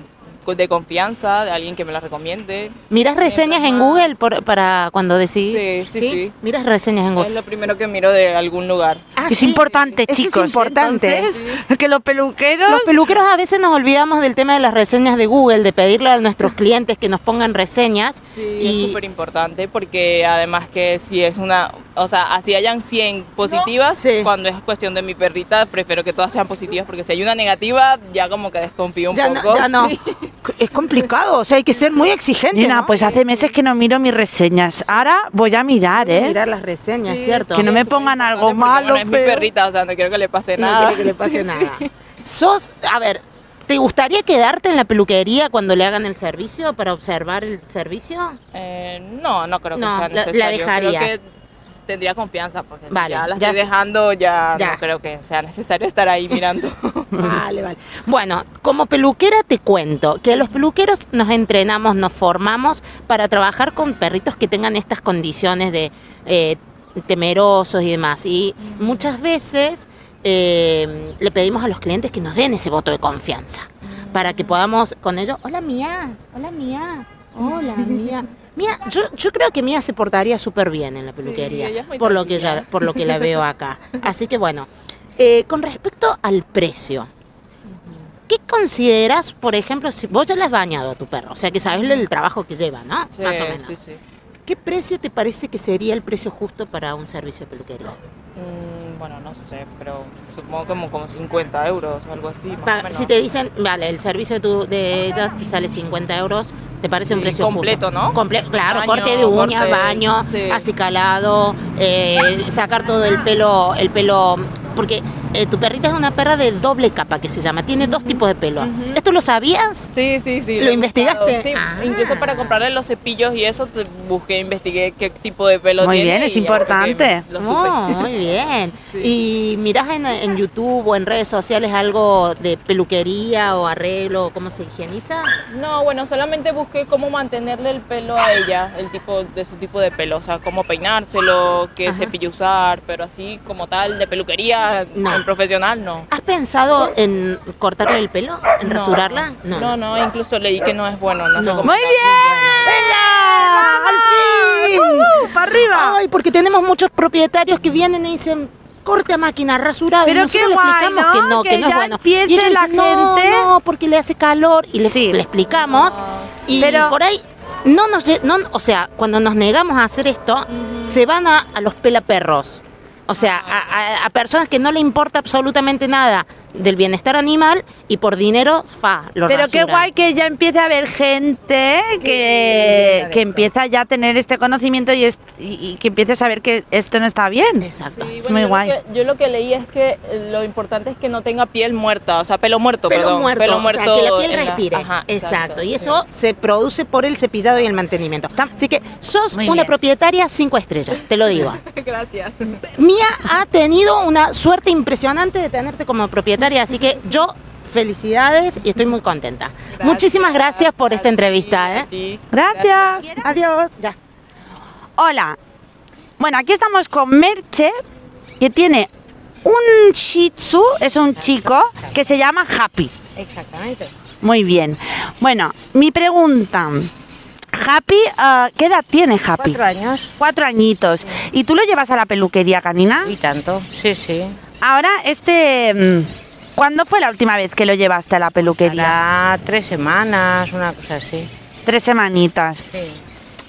Speaker 8: de confianza, de alguien que me la recomiende.
Speaker 1: ¿Miras reseñas en
Speaker 8: Ajá.
Speaker 1: Google por- para cuando decidís?
Speaker 8: pues, Sí, sí, sí.
Speaker 1: ¿Miras reseñas en
Speaker 8: Es
Speaker 1: Google?
Speaker 8: lo primero que miro de algún lugar.
Speaker 1: Ah,
Speaker 2: es
Speaker 1: sí.
Speaker 2: importante,
Speaker 1: Eso es
Speaker 2: chicos. ¿eh?
Speaker 1: importante.
Speaker 2: entonces, que los peluqueros.
Speaker 1: Los peluqueros a veces nos olvidamos del tema de las reseñas de Google, de pedirle a nuestros clientes que nos pongan reseñas.
Speaker 8: Ah. Sí,
Speaker 1: Y-
Speaker 8: es súper importante porque además que si es una, o sea, así hayan 100 positivas,
Speaker 1: sí.
Speaker 8: cuando es cuestión de mi perrita, prefiero que todas sean positivas porque si hay una negativa, ya como que desconfío un
Speaker 1: ya
Speaker 8: poco.
Speaker 1: no, ya no.
Speaker 8: Sí.
Speaker 9: Es complicado, o sea, hay que ser muy exigente.
Speaker 2: Nena,
Speaker 9: ¿no?
Speaker 2: pues hace meses que no miro mis reseñas. Ahora voy a mirar, ¿eh?
Speaker 1: Mirar las reseñas,
Speaker 8: Sí,
Speaker 1: ¿cierto?
Speaker 2: Que no me
Speaker 8: es súper
Speaker 2: pongan algo
Speaker 8: importante porque,
Speaker 2: malo,
Speaker 8: bueno, es mi
Speaker 2: feo.
Speaker 8: perrita, o sea, no quiero que le pase
Speaker 1: No
Speaker 8: nada.
Speaker 1: quiere que le pase nada. Sos, a ver, ¿te gustaría quedarte en la peluquería cuando le hagan el servicio para observar el servicio?
Speaker 8: Eh, no, no creo que
Speaker 1: No,
Speaker 8: sea
Speaker 1: la- la
Speaker 8: necesario.
Speaker 1: dejarías.
Speaker 8: Creo que tendría confianza porque si
Speaker 1: Vale,
Speaker 8: ya la
Speaker 1: ya
Speaker 8: estoy
Speaker 1: sé.
Speaker 8: dejando, ya,
Speaker 1: Ya.
Speaker 8: no creo que sea necesario estar ahí mirando.
Speaker 1: Vale, vale. Bueno, como peluquera te cuento que los peluqueros nos entrenamos, nos formamos para trabajar con perritos que tengan estas condiciones de eh, temerosos y demás. Y
Speaker 8: Mm.
Speaker 1: muchas veces eh, le pedimos a los clientes que nos den ese voto de confianza
Speaker 8: Mm.
Speaker 1: para que podamos con ellos. Hola, mía. Hola, mía. Hola, mía. Mía, yo, yo creo que Mía se portaría súper bien en la peluquería,
Speaker 8: ella es muy
Speaker 1: por, lo que
Speaker 8: tranquila.
Speaker 1: ya- por lo que la veo acá. Así que bueno, eh, con respecto al precio, ¿qué consideras, por ejemplo, si vos ya le has bañado a tu perro? O sea, que sabes el trabajo que lleva, ¿no?
Speaker 8: Sí,
Speaker 1: Más o menos.
Speaker 8: sí, sí.
Speaker 1: ¿Qué precio te parece que sería el precio justo para un servicio de peluquería?
Speaker 8: Mm, bueno, no sé, pero supongo como, como 50 euros o algo así. Más
Speaker 1: Pa-
Speaker 8: o menos.
Speaker 1: si te dicen, vale, el servicio de, tu- de ella te sale 50 euros, ¿te parece un
Speaker 8: Sí,
Speaker 1: precio
Speaker 8: completo,
Speaker 1: justo?
Speaker 8: ¿no?
Speaker 1: Comple- claro,
Speaker 8: Baño,
Speaker 1: corte de uña,
Speaker 8: corte,
Speaker 1: baño,
Speaker 8: sí.
Speaker 1: acicalado, eh, sacar todo el pelo, el pelo, porque eh, tu perrita es una perra de doble capa que se llama, tiene dos tipos de pelo. ¿Esto lo sabías?
Speaker 8: Sí, sí, sí.
Speaker 1: ¿Lo
Speaker 8: he buscado.
Speaker 1: investigaste?
Speaker 8: Sí,
Speaker 1: Ah.
Speaker 8: incluso para comprarle los cepillos y eso, te- busqué, investigué qué tipo de pelo
Speaker 2: Muy
Speaker 8: tiene.
Speaker 2: bien, es
Speaker 8: y ya fue que
Speaker 2: importante.
Speaker 8: Lo supe.
Speaker 1: Oh, muy bien. ¿Y mirás en, en YouTube o en redes sociales algo de peluquería o arreglo, cómo se higieniza?
Speaker 8: No, bueno, solamente busqué cómo mantenerle el pelo a ella, el tipo de su tipo de pelo, o sea, cómo peinárselo, qué
Speaker 1: Ajá.
Speaker 8: cepillo usar, pero así como tal de peluquería,
Speaker 1: No.
Speaker 8: en profesional no.
Speaker 1: ¿Has pensado en cortarle el pelo, en
Speaker 8: No.
Speaker 1: rasurarla?
Speaker 8: No, no, incluso leí que no es bueno, no,
Speaker 1: No.
Speaker 8: sé cómo
Speaker 2: ¡Muy bien! ¡Al fin!
Speaker 1: ¡Uh,
Speaker 2: ¡Para arriba!
Speaker 1: Ay, porque tenemos muchos propietarios que vienen y dicen corte a máquina, rasurado. y
Speaker 2: Pero
Speaker 1: nosotros
Speaker 2: qué
Speaker 1: le
Speaker 2: guay,
Speaker 1: explicamos
Speaker 2: ¿no?
Speaker 1: que no, que,
Speaker 2: Que
Speaker 1: no es
Speaker 2: ya
Speaker 1: bueno.
Speaker 2: pierde
Speaker 1: y ellos
Speaker 2: la
Speaker 1: dicen, no,
Speaker 2: gente".
Speaker 1: No, porque le hace calor y le,
Speaker 2: Sí.
Speaker 1: le explicamos. Y
Speaker 2: Pero-
Speaker 1: por ahí, no nos, lle- no, o sea, cuando nos negamos a hacer esto, se van a, a los pelaperros. O sea,
Speaker 2: Ah.
Speaker 1: a, a- a personas que no le importa absolutamente nada del bienestar animal y por dinero, fa, lo
Speaker 2: Pero qué
Speaker 1: rasuran.
Speaker 2: guay que ya empiece a haber gente que, que empieza ya a tener este conocimiento y, es- y- y que empiece a saber que esto no está bien.
Speaker 1: Exacto.
Speaker 8: Sí,
Speaker 2: Muy
Speaker 8: yo lo
Speaker 2: guay.
Speaker 8: que- yo lo que leí es que eh, lo importante es que no tenga piel muerta, o sea, pelo muerto,
Speaker 1: Pelo
Speaker 8: perdón.
Speaker 1: muerto,
Speaker 8: pelo
Speaker 1: o sea,
Speaker 8: muerto
Speaker 1: que la piel
Speaker 8: en
Speaker 1: respire.
Speaker 8: ajá,
Speaker 1: exacto. Y eso se produce por el cepillado y el mantenimiento.
Speaker 2: Está-
Speaker 1: Así que sos
Speaker 2: Muy
Speaker 1: una
Speaker 2: bien.
Speaker 1: propietaria cinco estrellas, te lo digo.
Speaker 8: Gracias.
Speaker 1: Mía ha tenido una suerte impresionante de tenerte como propietaria, así que yo felicidades y estoy muy contenta. Muchísimas gracias por esta entrevista. ¿eh?
Speaker 2: Gracias.
Speaker 1: Adiós. Ya.
Speaker 2: Hola. Bueno, aquí estamos con Merche, que tiene un Shih Tzu, es un chico, que se llama Happy.
Speaker 10: Exactamente.
Speaker 2: Muy bien. Bueno, mi pregunta. Happy, ah, ¿qué edad tiene Happy?
Speaker 10: Cuatro años
Speaker 2: Cuatro añitos. ¿Y tú lo llevas a la peluquería canina?
Speaker 10: y tanto. Sí, sí.
Speaker 2: Ahora, este... mm, ¿Cuándo fue la última vez que lo llevaste a la peluquería?
Speaker 10: Hará tres semanas, una cosa así.
Speaker 2: Tres semanitas.
Speaker 10: Sí.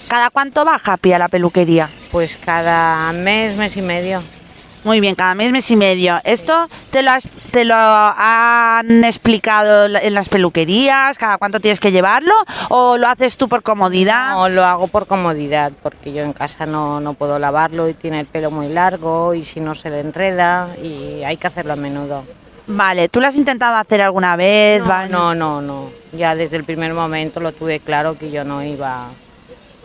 Speaker 2: ¿Cada cuánto va Happy a la peluquería?
Speaker 10: Pues cada mes, mes y medio.
Speaker 2: Muy bien, cada mes, mes y medio. ¿Esto te lo, has- te lo han explicado la- en las peluquerías? ¿Cada cuánto tienes que llevarlo? ¿O lo haces tú por comodidad?
Speaker 10: No, lo hago por comodidad, porque yo en casa no, no puedo lavarlo y tiene el pelo muy largo y si no se le enreda y hay que hacerlo a menudo.
Speaker 2: Vale, ¿tú lo has intentado hacer alguna vez?
Speaker 10: No,
Speaker 2: Vane?
Speaker 10: no, no, no. Ya desde el primer momento lo tuve claro que yo no iba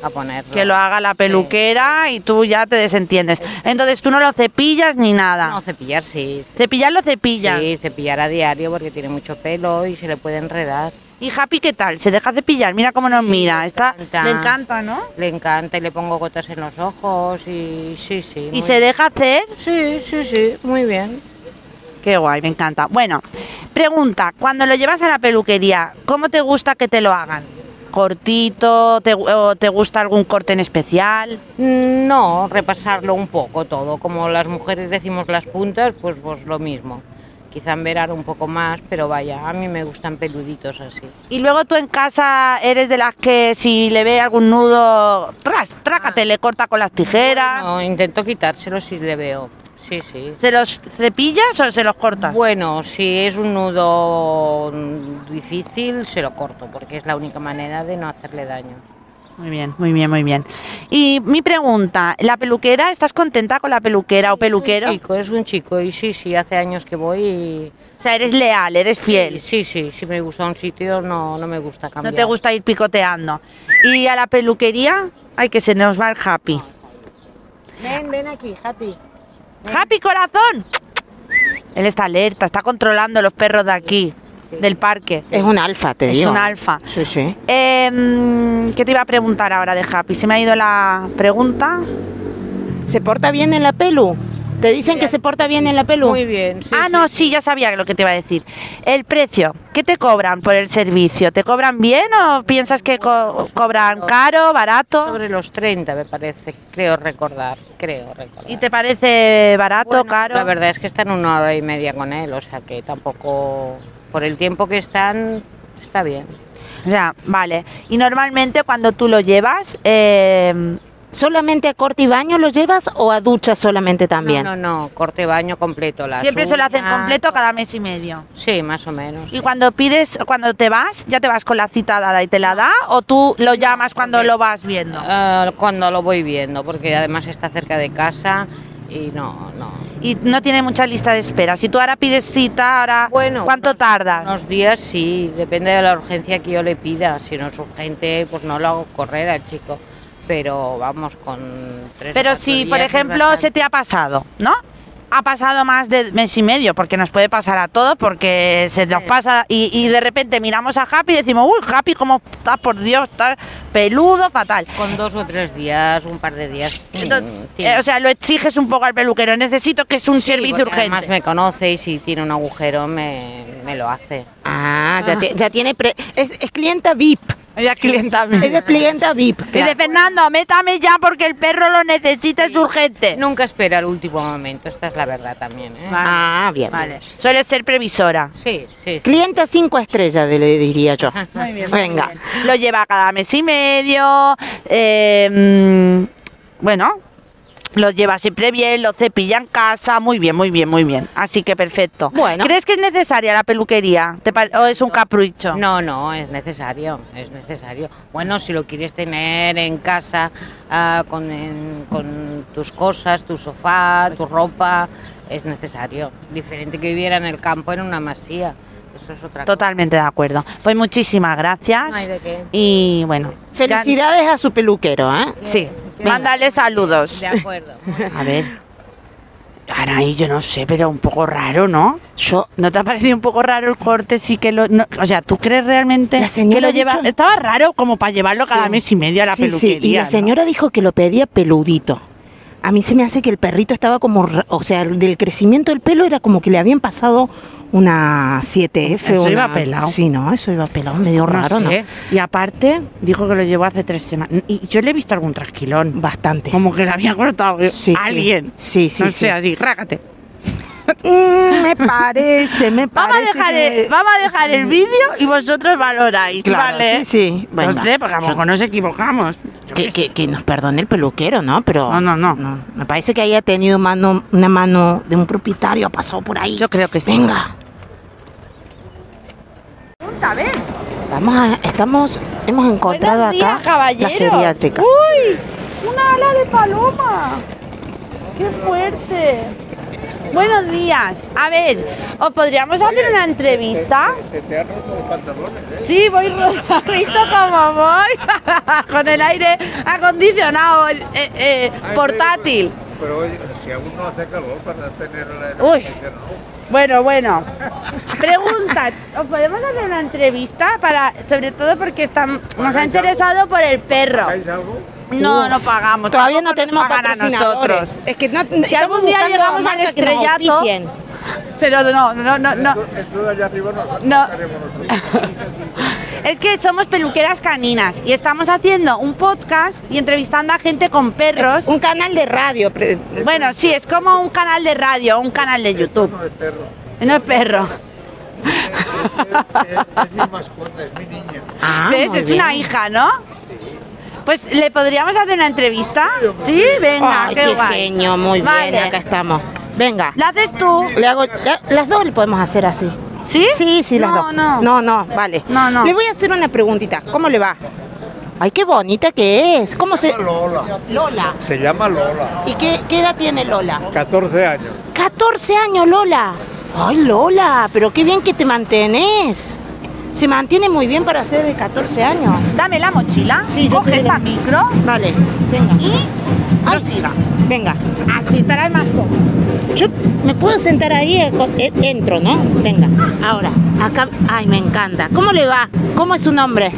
Speaker 10: a ponerlo.
Speaker 2: Que lo haga la peluquera y tú ya te desentiendes. Entonces tú no lo cepillas ni nada.
Speaker 10: No, cepillar sí.
Speaker 2: Cepillar lo cepilla.
Speaker 10: Sí, cepillar a diario porque tiene mucho pelo y se le puede enredar.
Speaker 2: ¿Y Happy qué tal? ¿Se deja cepillar? Mira cómo nos mira. Está,
Speaker 10: encanta.
Speaker 2: Le encanta, ¿no?
Speaker 10: Le encanta y le pongo gotas en los ojos y sí, sí.
Speaker 2: ¿Y
Speaker 10: muy-
Speaker 2: se deja hacer?
Speaker 10: Sí, sí, sí, muy bien.
Speaker 2: Qué guay, me encanta. Bueno, pregunta, cuando lo llevas a la peluquería, ¿cómo te gusta que te lo hagan? ¿Cortito? ¿Te, gu- o te gusta algún corte en especial?
Speaker 10: Mm. No, repasarlo un poco todo. Como las mujeres decimos las puntas, pues pues lo mismo. Quizá en verano un poco más, pero vaya, a mí me gustan peluditos así.
Speaker 2: Y luego tú en casa eres de las que si le ve algún nudo, tras, trácate, le corta con las tijeras.
Speaker 10: Ah. No, intento quitárselo si le veo. Sí, sí.
Speaker 2: ¿Se los cepillas o se los cortas?
Speaker 10: Bueno, si es un nudo mm, difícil, se lo corto, porque es la única manera de no hacerle daño.
Speaker 2: Muy bien, muy bien, muy bien. Y mi pregunta, ¿la peluquera, estás contenta con la peluquera o peluquero?
Speaker 10: Es un chico, es un chico, y sí, sí, hace años que voy y...
Speaker 2: O sea, eres leal, eres fiel.
Speaker 10: Sí, sí, si me gusta un sitio, no, no me gusta cambiar.
Speaker 2: No te gusta ir picoteando. Y a la peluquería, ay, que se nos va el happy.
Speaker 10: Ven, ven aquí, Happy.
Speaker 2: ¡Happy corazón! Él está alerta, está controlando los perros de aquí, del parque.
Speaker 11: Es un alfa, te
Speaker 2: Es
Speaker 11: digo.
Speaker 2: un alfa.
Speaker 11: Sí, sí.
Speaker 2: Em, ¿Qué te iba a preguntar ahora de Happy? Se me ha ido la pregunta.
Speaker 11: ¿Se porta bien en la pelu?
Speaker 1: Te dicen que se porta bien en la pelu.
Speaker 10: Muy bien, sí.
Speaker 2: ah, no, sí, ya sabía lo que te iba a decir. El precio, ¿qué te cobran por el servicio? ¿Te cobran bien o piensas que co- cobran caro, barato?
Speaker 10: Sobre los 30, me parece, creo recordar, creo recordar.
Speaker 2: ¿Y te parece barato,
Speaker 10: Bueno,
Speaker 2: caro?
Speaker 10: La verdad es que están una hora y media con él, o sea que tampoco, por el tiempo que están, está bien.
Speaker 2: O sea, vale. Y normalmente cuando tú lo llevas, eh,
Speaker 1: ¿Solamente a corte y baño lo llevas o a ducha solamente también?
Speaker 10: No, no, no, corte baño completo. Las
Speaker 2: siempre se lo hacen
Speaker 10: uñas,
Speaker 2: completo cada mes y medio.
Speaker 10: Sí, más o menos.
Speaker 2: Y cuando pides, cuando te vas, ya te vas con la cita dada y te la da, o tú lo llamas cuando lo vas viendo.
Speaker 10: Ah, cuando lo voy viendo, porque además está cerca de casa y no, no.
Speaker 2: Y no tiene mucha lista de espera. Si tú ahora pides cita, ahora
Speaker 10: Bueno,
Speaker 2: ¿cuánto
Speaker 10: unos-
Speaker 2: tarda?
Speaker 10: Unos días sí, depende de la urgencia que yo le pida. Si no es urgente, pues no lo hago correr al chico. Pero vamos con tres o
Speaker 2: Pero
Speaker 10: cuatro
Speaker 2: si,
Speaker 10: días
Speaker 2: por
Speaker 10: es
Speaker 2: ejemplo,
Speaker 10: bastante.
Speaker 2: se te ha pasado, ¿no? Ha pasado más de mes y medio, porque nos puede pasar a todos, porque se nos pasa y, y de repente miramos a Happy y decimos, uy, Happy, ¿cómo estás? Por Dios, estás peludo, fatal.
Speaker 10: Con dos o tres días, un par de días.
Speaker 2: Entonces,
Speaker 10: mm, tiene.
Speaker 2: eh, o sea, lo exiges un poco al peluquero, necesito que es un
Speaker 10: Sí,
Speaker 2: servicio
Speaker 10: porque
Speaker 2: urgente.
Speaker 10: Además me conoce y si tiene un agujero me, me lo hace.
Speaker 11: Ah, ya, te- ya
Speaker 10: Eh,
Speaker 11: tiene... pre- es, es clienta VIP.
Speaker 2: Ella clienta
Speaker 11: Ella es clienta VIP.
Speaker 2: Y de Fernando, métame ya porque el perro lo necesita, es urgente.
Speaker 10: Nunca espera el último momento, esta es la verdad también. ¿eh?
Speaker 2: Vale.
Speaker 11: Ah, bien.
Speaker 2: Vale. Suele ser previsora.
Speaker 10: Sí, sí. sí.
Speaker 11: Clienta cinco estrellas, le diría yo.
Speaker 2: Muy bien, muy
Speaker 11: Venga.
Speaker 2: bien. Lo lleva cada mes y medio. eh, mm, em, bueno, Los lleva siempre bien, los cepilla en casa, muy bien, muy bien, muy bien. Así que perfecto.
Speaker 1: Bueno.
Speaker 2: ¿Crees que es necesaria la peluquería? ¿Te pare- Oh, ¿O es un capricho?
Speaker 10: No, no, es necesario, es necesario. Bueno, si lo quieres tener en casa, ah, con, en- con tus cosas, tu sofá, tu ropa, es necesario. Diferente que viviera en el campo, en una masía. Eso es otra
Speaker 2: Totalmente de acuerdo. Pues muchísimas gracias.
Speaker 10: cosa. No hay de qué.
Speaker 2: Y bueno.
Speaker 1: Felicidades a su peluquero, ¿eh?
Speaker 2: ya- Sí. Mándale saludos.
Speaker 10: De acuerdo.
Speaker 2: A ver. Araí, yo no sé, pero un poco raro, ¿no?
Speaker 1: Yo,
Speaker 2: ¿No te ha parecido un poco raro el corte? Sí que lo... no- o sea, ¿tú crees realmente
Speaker 1: La señora
Speaker 2: que lo
Speaker 1: ha
Speaker 2: lleva...?
Speaker 1: dicho-
Speaker 2: Estaba raro como para llevarlo cada
Speaker 1: Sí.
Speaker 2: mes y medio a la
Speaker 1: sí,
Speaker 2: peluquería.
Speaker 1: sí, y la
Speaker 2: ¿no?
Speaker 1: señora dijo que lo pedía peludito. A mí se me hace que el perrito estaba como, ra- o sea, del crecimiento del pelo era como que le habían pasado una 7F.
Speaker 2: Eso
Speaker 1: una-
Speaker 2: iba pelado.
Speaker 1: Sí, no, eso iba pelado,
Speaker 2: No
Speaker 1: medio raro, ¿no?
Speaker 2: sé. Y aparte, dijo que lo llevó hace tres semanas. Y yo le he visto algún trasquilón.
Speaker 1: Bastante.
Speaker 2: Como que le había cortado
Speaker 1: Sí, sí.
Speaker 2: alguien.
Speaker 1: Sí, sí,
Speaker 2: No
Speaker 1: sí.
Speaker 2: sé, así, rágate.
Speaker 1: Mm, me parece, me
Speaker 2: Vamos a,
Speaker 1: parece.
Speaker 2: dejar
Speaker 1: que-
Speaker 2: el, vamos a dejar el vídeo y vosotros valoráis,
Speaker 1: Claro,
Speaker 2: ¿vale?
Speaker 1: sí, sí.
Speaker 2: no
Speaker 1: venga.
Speaker 2: sé, Pues porque a lo mejor nos equivocamos. Yo
Speaker 1: Que,
Speaker 2: qué
Speaker 1: que-
Speaker 2: sé.
Speaker 1: que nos perdone el peluquero, ¿no? Pero
Speaker 2: No, no, no.
Speaker 1: me parece que haya tenido mano, una mano de un propietario, ha pasado por ahí.
Speaker 2: Yo creo que sí.
Speaker 1: Venga, vamos a, estamos, hemos encontrado
Speaker 2: Buenos días,
Speaker 1: acá la
Speaker 2: caballeros.
Speaker 1: geriátrica.
Speaker 2: ¡Uy! ¡Una ala de paloma! ¡Qué fuerte! Buenos días. A ver, ¿os podríamos hacer una entrevista? Se,
Speaker 12: ¿eh?
Speaker 2: te han roto los pantalones, Sí, voy ro- ¿Has visto cómo voy? Con el aire acondicionado, eh, eh, portátil.
Speaker 12: Pero oye, si aún no hace calor para tener la... la-
Speaker 2: Uy.
Speaker 12: la- no.
Speaker 2: Bueno, bueno. Pregunta, ¿os podemos hacer una entrevista? para, Sobre todo porque estamos, nos ha interesado por el perro.
Speaker 12: ¿Hay algo?
Speaker 2: No, no pagamos.
Speaker 1: Todavía no
Speaker 2: Tampoco nos
Speaker 1: tenemos
Speaker 2: pagan a
Speaker 1: patrocinadores.
Speaker 2: nosotros.
Speaker 1: Es que no,
Speaker 2: Si algún día llegamos al estrellato, pero no, no, no, no.
Speaker 12: Esto de allá arriba no,
Speaker 2: No.
Speaker 12: sacaremos nosotros.
Speaker 2: Es que somos peluqueras caninas y estamos haciendo un podcast y entrevistando a gente con perros.
Speaker 1: Un canal de radio. pre-
Speaker 2: Bueno, sí, es como un canal de radio, un canal de YouTube.
Speaker 12: No es perro.
Speaker 2: No es perro.
Speaker 12: Es, es- es mi mascota, es pues, mi niña.
Speaker 1: Ah,
Speaker 2: ¿Ves?
Speaker 1: muy
Speaker 2: Es
Speaker 1: bien.
Speaker 2: una hija, ¿no? Pues le podríamos hacer una entrevista. Sí, venga,
Speaker 1: Ay,
Speaker 2: qué,
Speaker 1: qué
Speaker 2: guay.
Speaker 1: genio, muy
Speaker 2: Vale.
Speaker 1: bien, acá estamos. Venga,
Speaker 2: ¿La haces tú?
Speaker 1: le hago, la- las dos le podemos hacer así.
Speaker 2: ¿Sí?
Speaker 1: Sí, sí, las
Speaker 2: no,
Speaker 1: dos.
Speaker 2: No,
Speaker 1: no, no, vale.
Speaker 2: No, no.
Speaker 1: Le voy a hacer una preguntita. ¿Cómo le va? Ay, qué bonita que es. ¿Cómo se...?
Speaker 12: Se llama Lola.
Speaker 1: Lola.
Speaker 12: Se llama Lola.
Speaker 1: ¿Y qué, qué edad tiene Lola?
Speaker 12: 14 años.
Speaker 1: 14 años, Lola. Ay, Lola, pero qué bien que te mantenés. Se mantiene muy bien para ser de 14 años.
Speaker 2: Dame la mochila,
Speaker 1: Sí, yo
Speaker 2: coge
Speaker 1: te-
Speaker 2: esta micro
Speaker 1: Vale, venga.
Speaker 2: y no
Speaker 1: Ay.
Speaker 2: siga.
Speaker 1: Venga.
Speaker 2: Así estarás más cómodo.
Speaker 1: Yo me puedo sentar ahí, eh, co- eh, entro, ¿no? Venga. Ahora, acá... Ay, me encanta. ¿Cómo le va? ¿Cómo es su nombre?
Speaker 2: ¿Eh?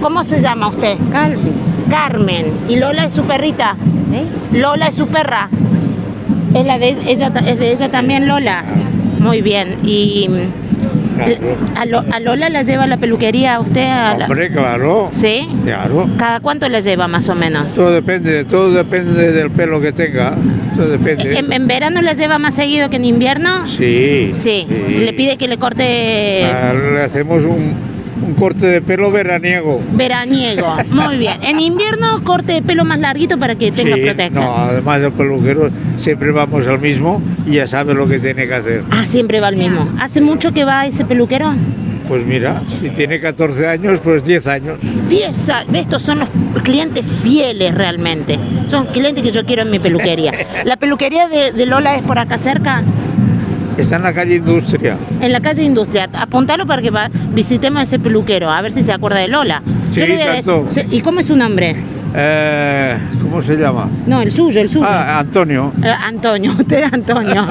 Speaker 1: ¿Cómo se llama usted?
Speaker 13: Carmen,
Speaker 1: Carmen. ¿Y Lola es su perrita?
Speaker 13: ¿eh?
Speaker 1: Lola es su perra. Es la de ella, ta- es de ella también Lola. Muy bien. Y mm,
Speaker 12: Claro.
Speaker 1: a, Lo- a Lola la lleva a la peluquería a usted a la-
Speaker 12: Hombre, claro.
Speaker 1: ¿Sí?
Speaker 12: Claro.
Speaker 1: ¿Cada cuánto la lleva más o menos?
Speaker 12: Todo depende, todo depende del pelo que tenga. Todo depende.
Speaker 1: ¿En, en verano la lleva más seguido que en invierno?
Speaker 12: Sí.
Speaker 1: Sí. Le pide que le corte
Speaker 12: Ah, Le hacemos un, un corte de pelo veraniego.
Speaker 1: veraniego. Muy bien. En invierno corte de pelo más larguito para que tenga
Speaker 12: Sí,
Speaker 1: protección.
Speaker 12: No, además del peluquero siempre vamos al mismo y ya sabe lo que tiene que hacer.
Speaker 1: Ah, siempre va el mismo. ¿Hace mucho que va ese peluquero?
Speaker 12: Pues mira, si tiene 14 años, pues 10 años.
Speaker 1: 10 a- estos son los clientes fieles realmente. Son clientes que yo quiero en mi peluquería. ¿La peluquería de, de Lola es por acá cerca?
Speaker 12: Está en la calle Industria.
Speaker 1: En la calle Industria. Apuntalo para que va- visitemos a ese peluquero, a ver si se acuerda de Lola.
Speaker 12: Sí,
Speaker 1: Yo le voy a
Speaker 12: tanto.
Speaker 1: decir- ¿Y cómo es su nombre?
Speaker 12: Eh, ¿Cómo se llama?
Speaker 1: No, el suyo, el suyo.
Speaker 12: Ah, Antonio.
Speaker 1: Eh, Antonio, usted es Antonio.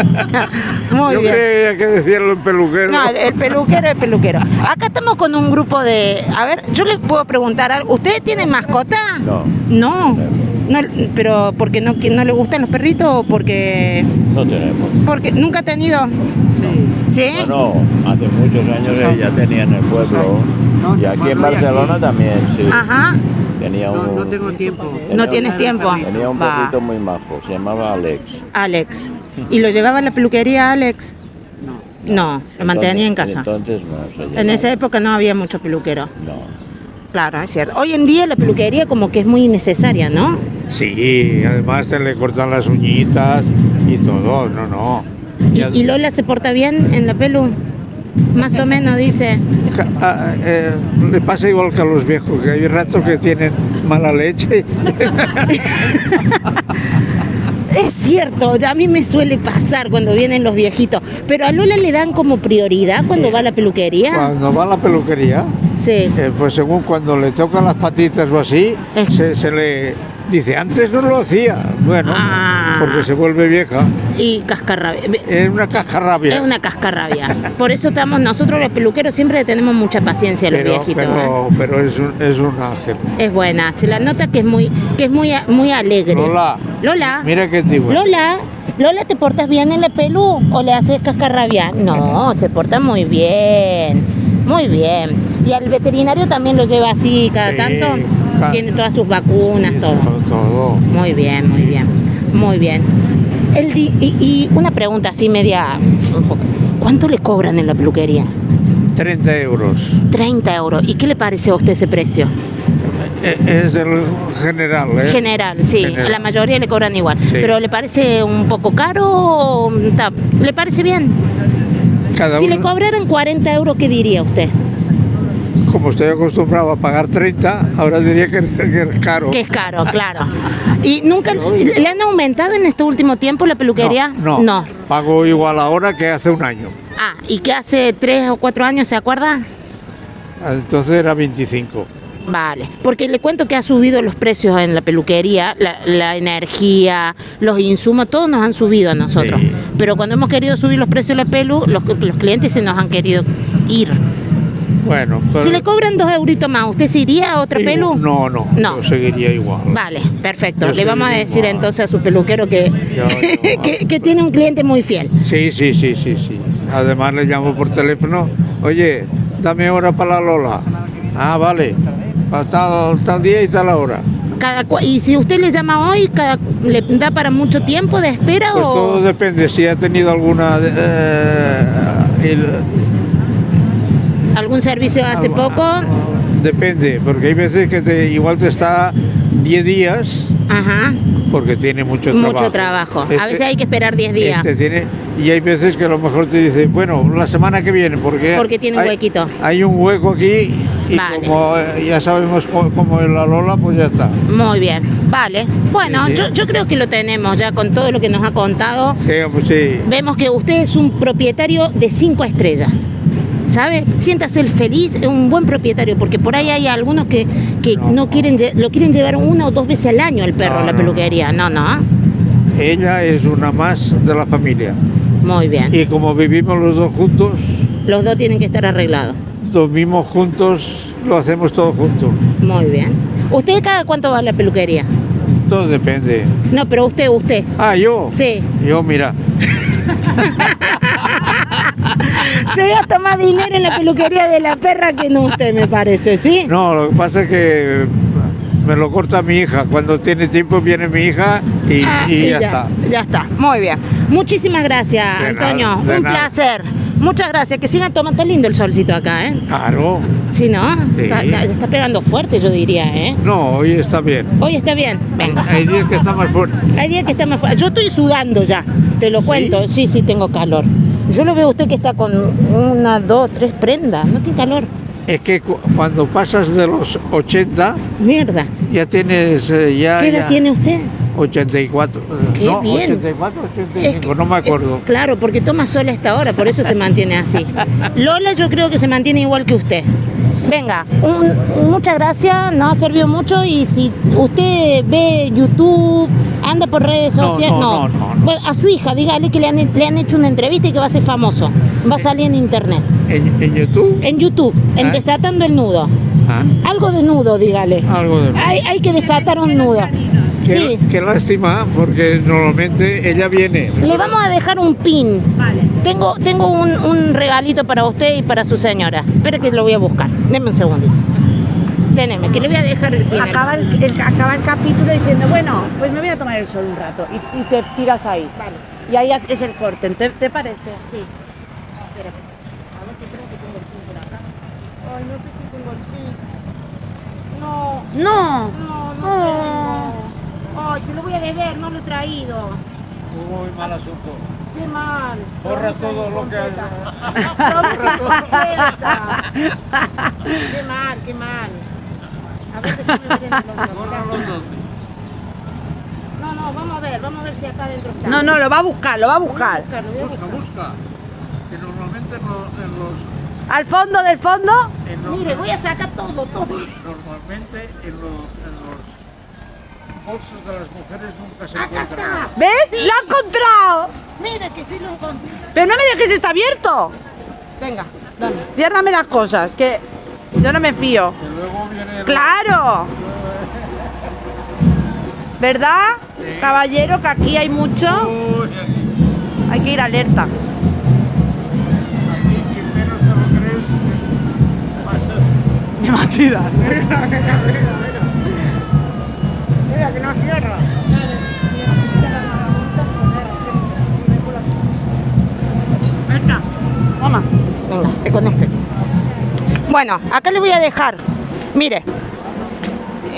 Speaker 1: Muy
Speaker 12: Yo
Speaker 1: bien.
Speaker 12: creía que decirlo en peluquero.
Speaker 1: No, el, el peluquero es peluquero. Acá estamos con un grupo de. A ver, yo les puedo preguntar algo. ¿Ustedes tienen mascota?
Speaker 12: No.
Speaker 1: No. No, pero porque no, que no le gustan los perritos o porque.
Speaker 14: No tenemos.
Speaker 1: Porque nunca ha tenido. Sí. ¿Sí?
Speaker 14: Bueno, hace muchos años ellos ya tenían el pueblo.
Speaker 13: No,
Speaker 14: Y aquí en
Speaker 13: pueblo y
Speaker 14: Barcelona
Speaker 13: aquí.
Speaker 14: también, sí.
Speaker 1: Ajá.
Speaker 14: Tenía
Speaker 13: No,
Speaker 14: un,
Speaker 13: no tengo tiempo.
Speaker 14: No tienes
Speaker 1: tiempo.
Speaker 14: tenía un
Speaker 1: Va.
Speaker 14: perrito muy majo, se llamaba Alex.
Speaker 1: Alex. ¿Y lo llevaba a la peluquería Alex? No. No, lo mantenía en casa.
Speaker 14: Entonces no. se
Speaker 1: En
Speaker 14: llamaba-
Speaker 1: esa época no había mucho peluquero.
Speaker 14: No.
Speaker 1: Claro, es cierto. Hoy en día la peluquería como que es muy innecesaria, ¿no?
Speaker 12: Sí, además se le cortan las uñitas y todo, no, no.
Speaker 1: ¿Y, y Lola se porta bien en la pelu? Más o menos, dice.
Speaker 12: Ca- ah, eh, le pasa igual que a los viejos, que hay ratos que tienen mala leche.
Speaker 1: Es cierto, a mí me suele pasar cuando vienen los viejitos. Pero a Lola le dan como prioridad cuando va a la peluquería.
Speaker 12: Cuando va a la peluquería, eh, pues según cuando le tocan las patitas o así,
Speaker 1: Eh.
Speaker 12: se, se le dice, antes no lo hacía. Bueno,
Speaker 1: Ah.
Speaker 12: porque se vuelve vieja.
Speaker 1: Y cascarrabia.
Speaker 12: Es una cascarrabia.
Speaker 1: Es una cascarrabia. Por eso estamos nosotros los peluqueros siempre tenemos mucha paciencia a los
Speaker 12: Pero,
Speaker 1: viejitos. ¿eh?
Speaker 12: pero, pero es, un, es un ángel.
Speaker 1: Es buena, se la nota que es muy que es muy a- muy alegre.
Speaker 12: Lola.
Speaker 1: Lola.
Speaker 12: Mira qué digo.
Speaker 1: Lola, Lola, ¿te portas bien en la pelu o le haces cascarrabia? No, se porta muy bien. Muy bien. Y al veterinario también lo lleva así cada
Speaker 12: Sí,
Speaker 1: tanto.
Speaker 12: ca-
Speaker 1: Tiene todas sus vacunas, todo.
Speaker 12: Todo.
Speaker 1: Muy bien, muy bien. Muy bien. El di- y, y una pregunta así media un poco. ¿Cuánto le cobran en la peluquería?
Speaker 12: 30 euros.
Speaker 1: 30 euros. ¿Y qué le parece a usted ese precio?
Speaker 12: E- Es el general, ¿eh?
Speaker 1: General, sí.
Speaker 12: General.
Speaker 1: A la mayoría le cobran igual.
Speaker 12: Sí.
Speaker 1: Pero ¿le parece un poco caro o está- le parece bien?
Speaker 12: Cada
Speaker 1: si le
Speaker 12: uno-
Speaker 1: cobraran 40 euros, ¿qué diría usted?
Speaker 12: Como estoy acostumbrado a pagar 30, ahora diría que, que es caro.
Speaker 1: Que es caro, claro. ¿Y nunca le han aumentado en este último tiempo la peluquería?
Speaker 12: No, Pago igual ahora que hace un año.
Speaker 1: Ah, ¿y que hace 3 o 4 años, se acuerda?
Speaker 12: Entonces era 25.
Speaker 1: Vale, porque le cuento que ha subido los precios en la peluquería, la, la energía, los insumos, todos nos han subido a nosotros.
Speaker 12: Sí.
Speaker 1: Pero cuando hemos querido subir los precios de la pelu, los, los clientes se nos han querido ir.
Speaker 12: Bueno, pero-
Speaker 1: Si le cobran dos euritos más, ¿usted se iría a otra pelu?
Speaker 12: No, no,
Speaker 1: No.
Speaker 12: yo seguiría igual.
Speaker 1: Vale, perfecto.
Speaker 12: Yo
Speaker 1: le
Speaker 12: soy
Speaker 1: vamos a decir entonces a su peluquero que,
Speaker 12: Yo, yo,
Speaker 1: que, que tiene un cliente muy fiel.
Speaker 12: Sí, sí, sí, sí, sí. Además le llamo por teléfono, oye, dame hora para la Lola. Ah, vale, para tal, tal día y tal hora.
Speaker 1: Cada, cua- y si usted le llama hoy, cada- ¿le da para mucho tiempo de espera
Speaker 12: Pues
Speaker 1: o...?
Speaker 12: todo depende, si ha tenido alguna... eh, el-
Speaker 1: ¿Algún servicio hace poco?
Speaker 12: depende, porque hay veces que te- igual te está 10 días
Speaker 1: Ajá.
Speaker 12: porque tiene mucho trabajo.
Speaker 1: Mucho trabajo.
Speaker 12: Este-
Speaker 1: a veces hay que esperar 10 días.
Speaker 12: este tiene, y hay veces que a lo mejor te dice, bueno, la semana que viene, porque...
Speaker 1: Porque tiene un
Speaker 12: hay-
Speaker 1: huequito.
Speaker 12: Hay un hueco aquí y como eh, ya sabemos co- cómo es la Lola, pues ya está.
Speaker 1: Muy bien. Vale. Bueno,
Speaker 12: Sí, sí.
Speaker 1: Yo, yo creo que lo tenemos ya con todo lo que nos ha contado.
Speaker 12: Sí, pues sí.
Speaker 1: Vemos que usted es un propietario de cinco estrellas. ¿Sabe? Siéntase el feliz, un buen propietario, porque por ahí hay algunos que, que no, quieren lle- lo quieren llevar una o dos veces al año el perro
Speaker 12: No,
Speaker 1: a la
Speaker 12: no,
Speaker 1: peluquería. No, no.
Speaker 12: Ella es una más de la familia.
Speaker 1: Muy bien.
Speaker 12: Y como vivimos los dos juntos,
Speaker 1: Los dos tienen que estar arreglados.
Speaker 12: dormimos juntos, lo hacemos todo juntos.
Speaker 1: Muy bien. ¿Usted cada cuánto va a la peluquería?
Speaker 12: Todo depende.
Speaker 1: No, pero usted, usted.
Speaker 12: Ah, yo.
Speaker 1: Sí.
Speaker 12: Yo, mira,
Speaker 1: Se gasta más dinero en la peluquería de la perra que en usted, me parece, ¿sí?
Speaker 12: no, lo que pasa es que me lo corta mi hija. Cuando tiene tiempo viene mi hija y,
Speaker 1: Ah,
Speaker 12: y ya,
Speaker 1: ya,
Speaker 12: está.
Speaker 1: ya está. Muy bien. Muchísimas gracias,
Speaker 12: De nada,
Speaker 1: Antonio.
Speaker 12: de
Speaker 1: Un
Speaker 12: nada.
Speaker 1: placer. Muchas gracias. Que sigan tomando tan lindo el solcito acá, ¿eh?
Speaker 12: Claro.
Speaker 1: Si no,
Speaker 12: Ah. Sí.
Speaker 1: está, está- está pegando fuerte, yo diría, ¿eh?
Speaker 12: No, hoy está bien.
Speaker 1: Hoy está bien. Venga.
Speaker 12: Hay días que está más fuerte.
Speaker 1: Hay días que está más fuerte. Yo estoy sudando ya, te lo cuento. Sí, sí, tengo calor. Yo lo veo a usted que está con una, dos, tres prendas. No tiene calor.
Speaker 12: Es que cu- cuando pasas de los 80,
Speaker 1: Mierda.
Speaker 12: ya tienes eh, ya,
Speaker 1: ¿Qué edad
Speaker 12: ya
Speaker 1: tiene usted?
Speaker 12: 84. eh,
Speaker 1: Qué
Speaker 12: no,
Speaker 1: bien. eh,
Speaker 12: 84, 85, no me acuerdo.
Speaker 1: Claro, porque toma sol hasta ahora, por eso se mantiene así. Lola yo creo que se mantiene igual que usted. Venga, un- muchas gracias, nos ha servido mucho y si usted ve YouTube, anda por redes
Speaker 12: No,
Speaker 1: sociales,
Speaker 12: no, no, no,
Speaker 1: Bueno, a su hija, dígale que le han, le han hecho una entrevista y que va a ser famoso.
Speaker 12: Eh.
Speaker 1: Va a salir en internet.
Speaker 12: ¿En, en YouTube?
Speaker 1: En YouTube, en
Speaker 12: Ah.
Speaker 1: Desatando el Nudo.
Speaker 12: Ah,
Speaker 1: Algo de nudo, dígale.
Speaker 12: algo de
Speaker 1: Hay, hay que desatar un nudo.
Speaker 12: Qué,
Speaker 1: Sí.
Speaker 12: qué lástima, porque normalmente ella viene.
Speaker 1: Le vamos a dejar un pin. Tengo, tengo un, un regalito para usted y para su señora. Espera que lo voy a buscar. Deme un segundito. Teneme, que le voy a dejar el pin.
Speaker 2: Acaba el, el- acaba el capítulo diciendo, bueno, pues me voy a tomar el sol un rato y, y te tiras ahí. Y ahí es el corte, ¿te, te parece? Sí.
Speaker 14: no sé si tengo el pin.
Speaker 2: No.
Speaker 14: No, no
Speaker 2: Oh.
Speaker 14: tengo.
Speaker 1: se lo voy a beber, no lo he traído.
Speaker 12: Muy mal asunto.
Speaker 1: Qué mal.
Speaker 12: Borra todo lo que...
Speaker 1: Provincia
Speaker 10: Ah.
Speaker 1: completa. Qué mal, qué mal. A ver, déjame ver en el hombro. No, no, vamos a ver, vamos a ver si acá dentro está.
Speaker 6: No, no, lo va a buscar, lo va a buscar.
Speaker 1: Lo voy a buscar, lo voy a buscar.
Speaker 12: Que normalmente en los, en los-
Speaker 6: ¿Al fondo del fondo?
Speaker 12: en los-
Speaker 1: Mire, voy a sacar todo, todo.
Speaker 12: Normalmente en los, en los bolsos de las mujeres nunca se
Speaker 1: Acá
Speaker 12: encuentra.
Speaker 1: está.
Speaker 6: ¿Ves? ¡Lo ha encontrado!
Speaker 1: Mire que sí lo encontré.
Speaker 6: Pero no me dejes, está abierto.
Speaker 1: Venga, dame.
Speaker 6: Ciérrame las cosas, que yo no me fío. ¡Claro! ¿Verdad, caballero, que aquí hay mucho? Hay que ir alerta. Me va a tirar.
Speaker 1: Mira que no cierra.
Speaker 6: Venga,
Speaker 1: toma. Venga, es con este. Bueno, acá les voy a dejar. Mire,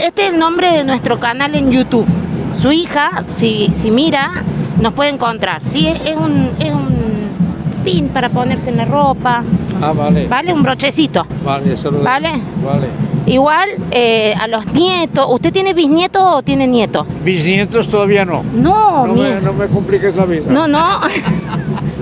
Speaker 1: este es el nombre de nuestro canal en YouTube. Su hija, si, si mira, nos puede encontrar. Sí, es, es un, es un pin para ponerse en la ropa.
Speaker 12: Ah, vale.
Speaker 1: ¿Vale? Un brochecito.
Speaker 12: Vale, eso lo-
Speaker 1: Vale.
Speaker 12: Vale.
Speaker 1: Igual eh, a los nietos. ¿Usted tiene bisnietos o tiene nietos?
Speaker 12: Bisnietos todavía no.
Speaker 1: No,
Speaker 12: no
Speaker 1: mire.
Speaker 12: me, no me compliques la vida.
Speaker 1: No, no.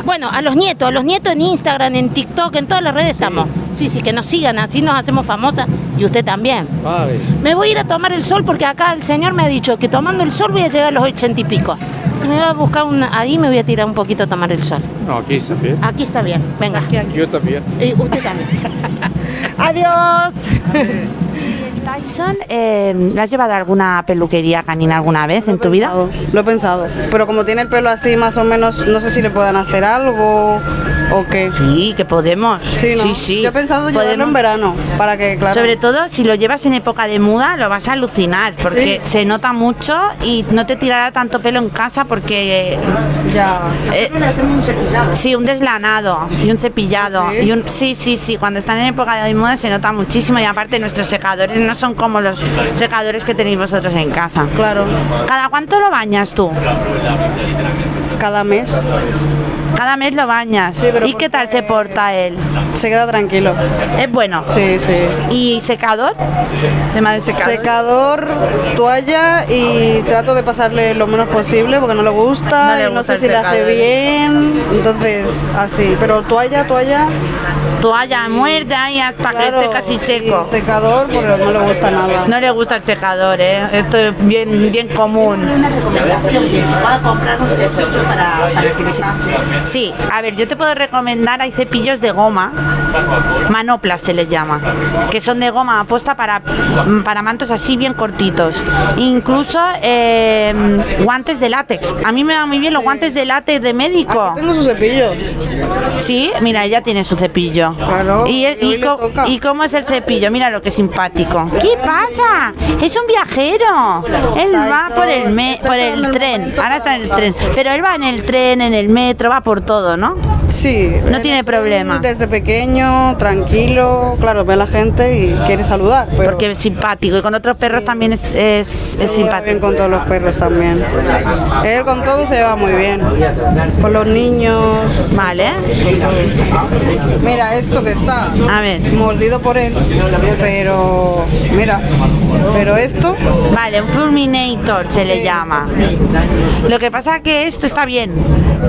Speaker 1: Bueno, a los nietos, a los nietos en Instagram, en TikTok, en todas las redes estamos. Sí, sí, que nos sigan, así nos hacemos famosas y usted también.
Speaker 12: Vale.
Speaker 1: Me voy a ir a tomar el sol porque acá el señor me ha dicho que tomando el sol voy a llegar a los ochenta y pico. Si me va a buscar un, ahí me voy a tirar un poquito a tomar el sol.
Speaker 12: No, aquí está bien.
Speaker 1: Aquí está bien, venga.
Speaker 12: Yo también.
Speaker 1: Y usted también. Adiós.
Speaker 2: Tyson, eh, ¿la has llevado a alguna peluquería canina alguna vez en tu vida?
Speaker 15: Lo he pensado, pero como tiene el pelo así más o menos, no sé si le puedan hacer algo o qué.
Speaker 2: Sí, que podemos.
Speaker 15: Sí, ¿no? Yo he pensado llevarlo en verano, para que, claro.
Speaker 2: Sobre todo si lo llevas en época de muda, lo vas a alucinar, porque
Speaker 15: Sí.
Speaker 2: se nota mucho y no te tirará tanto pelo en casa porque...
Speaker 15: Ya.
Speaker 2: le hacemos un cepillado. Sí, un deslanado y un cepillado.
Speaker 15: ¿Ah, ¿Sí?
Speaker 2: Y un, sí, sí, sí. Cuando están en época de muda se nota muchísimo y aparte nuestros secadores no son como los secadores que tenéis vosotros en casa.
Speaker 15: Claro.
Speaker 2: ¿Cada cuánto lo bañas tú?
Speaker 15: Cada mes.
Speaker 2: Cada mes lo bañas. ¿Y qué tal se porta él?
Speaker 15: Se queda tranquilo.
Speaker 2: Es bueno.
Speaker 15: Sí, sí.
Speaker 2: ¿Y secador? Tema de secador.
Speaker 15: Secador, toalla y trato de pasarle lo menos posible porque no le gusta,
Speaker 2: No
Speaker 15: y
Speaker 2: le
Speaker 15: no
Speaker 2: gusta
Speaker 15: sé
Speaker 2: el
Speaker 15: si le hace
Speaker 2: secador.
Speaker 15: bien, entonces así, pero toalla, toalla.
Speaker 2: Toalla muerta y hasta
Speaker 15: Claro,
Speaker 2: que esté casi seco.
Speaker 15: secador, pero no le gusta nada.
Speaker 2: No le gusta el secador, ¿eh? Esto es bien, bien común.
Speaker 16: recomendación que se pueda comprar un cepillo para, para que se
Speaker 2: Sí, a ver, yo te puedo recomendar, hay cepillos de goma, manoplas se les llama, que son de goma aposta para, para mantos así bien cortitos. Incluso eh, guantes de látex. A mí me van muy bien los guantes de látex de médico.
Speaker 15: Ah, Tengo su cepillo.
Speaker 2: Sí, mira, ella tiene su cepillo.
Speaker 15: Claro,
Speaker 2: ¿Y,
Speaker 15: y hoy
Speaker 2: y
Speaker 15: le
Speaker 2: co-
Speaker 15: toca.
Speaker 2: y cómo es el cepillo? Mira lo que simpático. ¿Qué pasa? Es un viajero. Él va por el me- por el tren. Ahora está en el tren. Pero él va en el tren, en el metro, va por todo, ¿no?
Speaker 15: Sí.
Speaker 2: No tiene problema.
Speaker 15: Desde pequeño, tranquilo, claro, ve a la gente y quiere saludar. Pero
Speaker 2: Porque es simpático. Y con otros perros también es, es, es
Speaker 15: se lleva
Speaker 2: simpático.
Speaker 15: bien con todos los perros también. Él con todo se lleva muy bien. Con los niños.
Speaker 2: Vale.
Speaker 15: Mira esto que está.
Speaker 2: A ver.
Speaker 15: Mordido por él. Pero mira. Pero esto.
Speaker 2: Vale, un fulminator se le llama. Lo que pasa que esto está bien.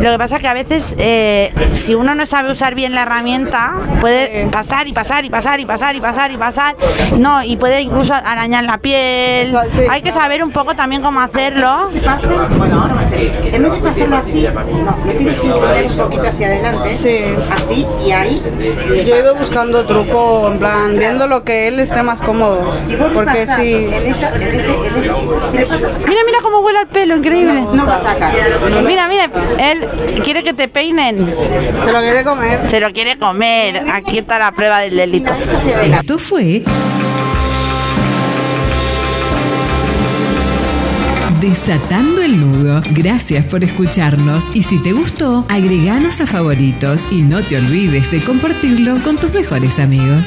Speaker 2: Lo que pasa que a veces eh, si uno no sabe usar bien la herramienta puede pasar y pasar y pasar y pasar y pasar y pasar. No, y puede incluso arañar la piel. Hay que saber un poco también cómo hacerlo.
Speaker 16: Bueno, ahora va a ser. En vez de pasarlo así, no, lo tienes que inclinar un poquito hacia adelante. Así y ahí.
Speaker 15: Yo he ido buscando truco, en plan, viendo lo que él esté más cómodo.
Speaker 16: Si vos le
Speaker 15: Porque
Speaker 16: pasás
Speaker 15: si.
Speaker 16: en esa, en ese, en esto, si le pasas
Speaker 2: Mira, mira cómo vuela el pelo, increíble.
Speaker 16: No va a sacar.
Speaker 2: Mira, mira, él quiere que te peinen.
Speaker 15: Se lo quiere comer.
Speaker 2: Se lo quiere comer. Aquí está la prueba del delito.
Speaker 3: Esto fue Desatando el nudo. Gracias por escucharnos y si te gustó, agreganos a favoritos y no te olvides de compartirlo con tus mejores amigos.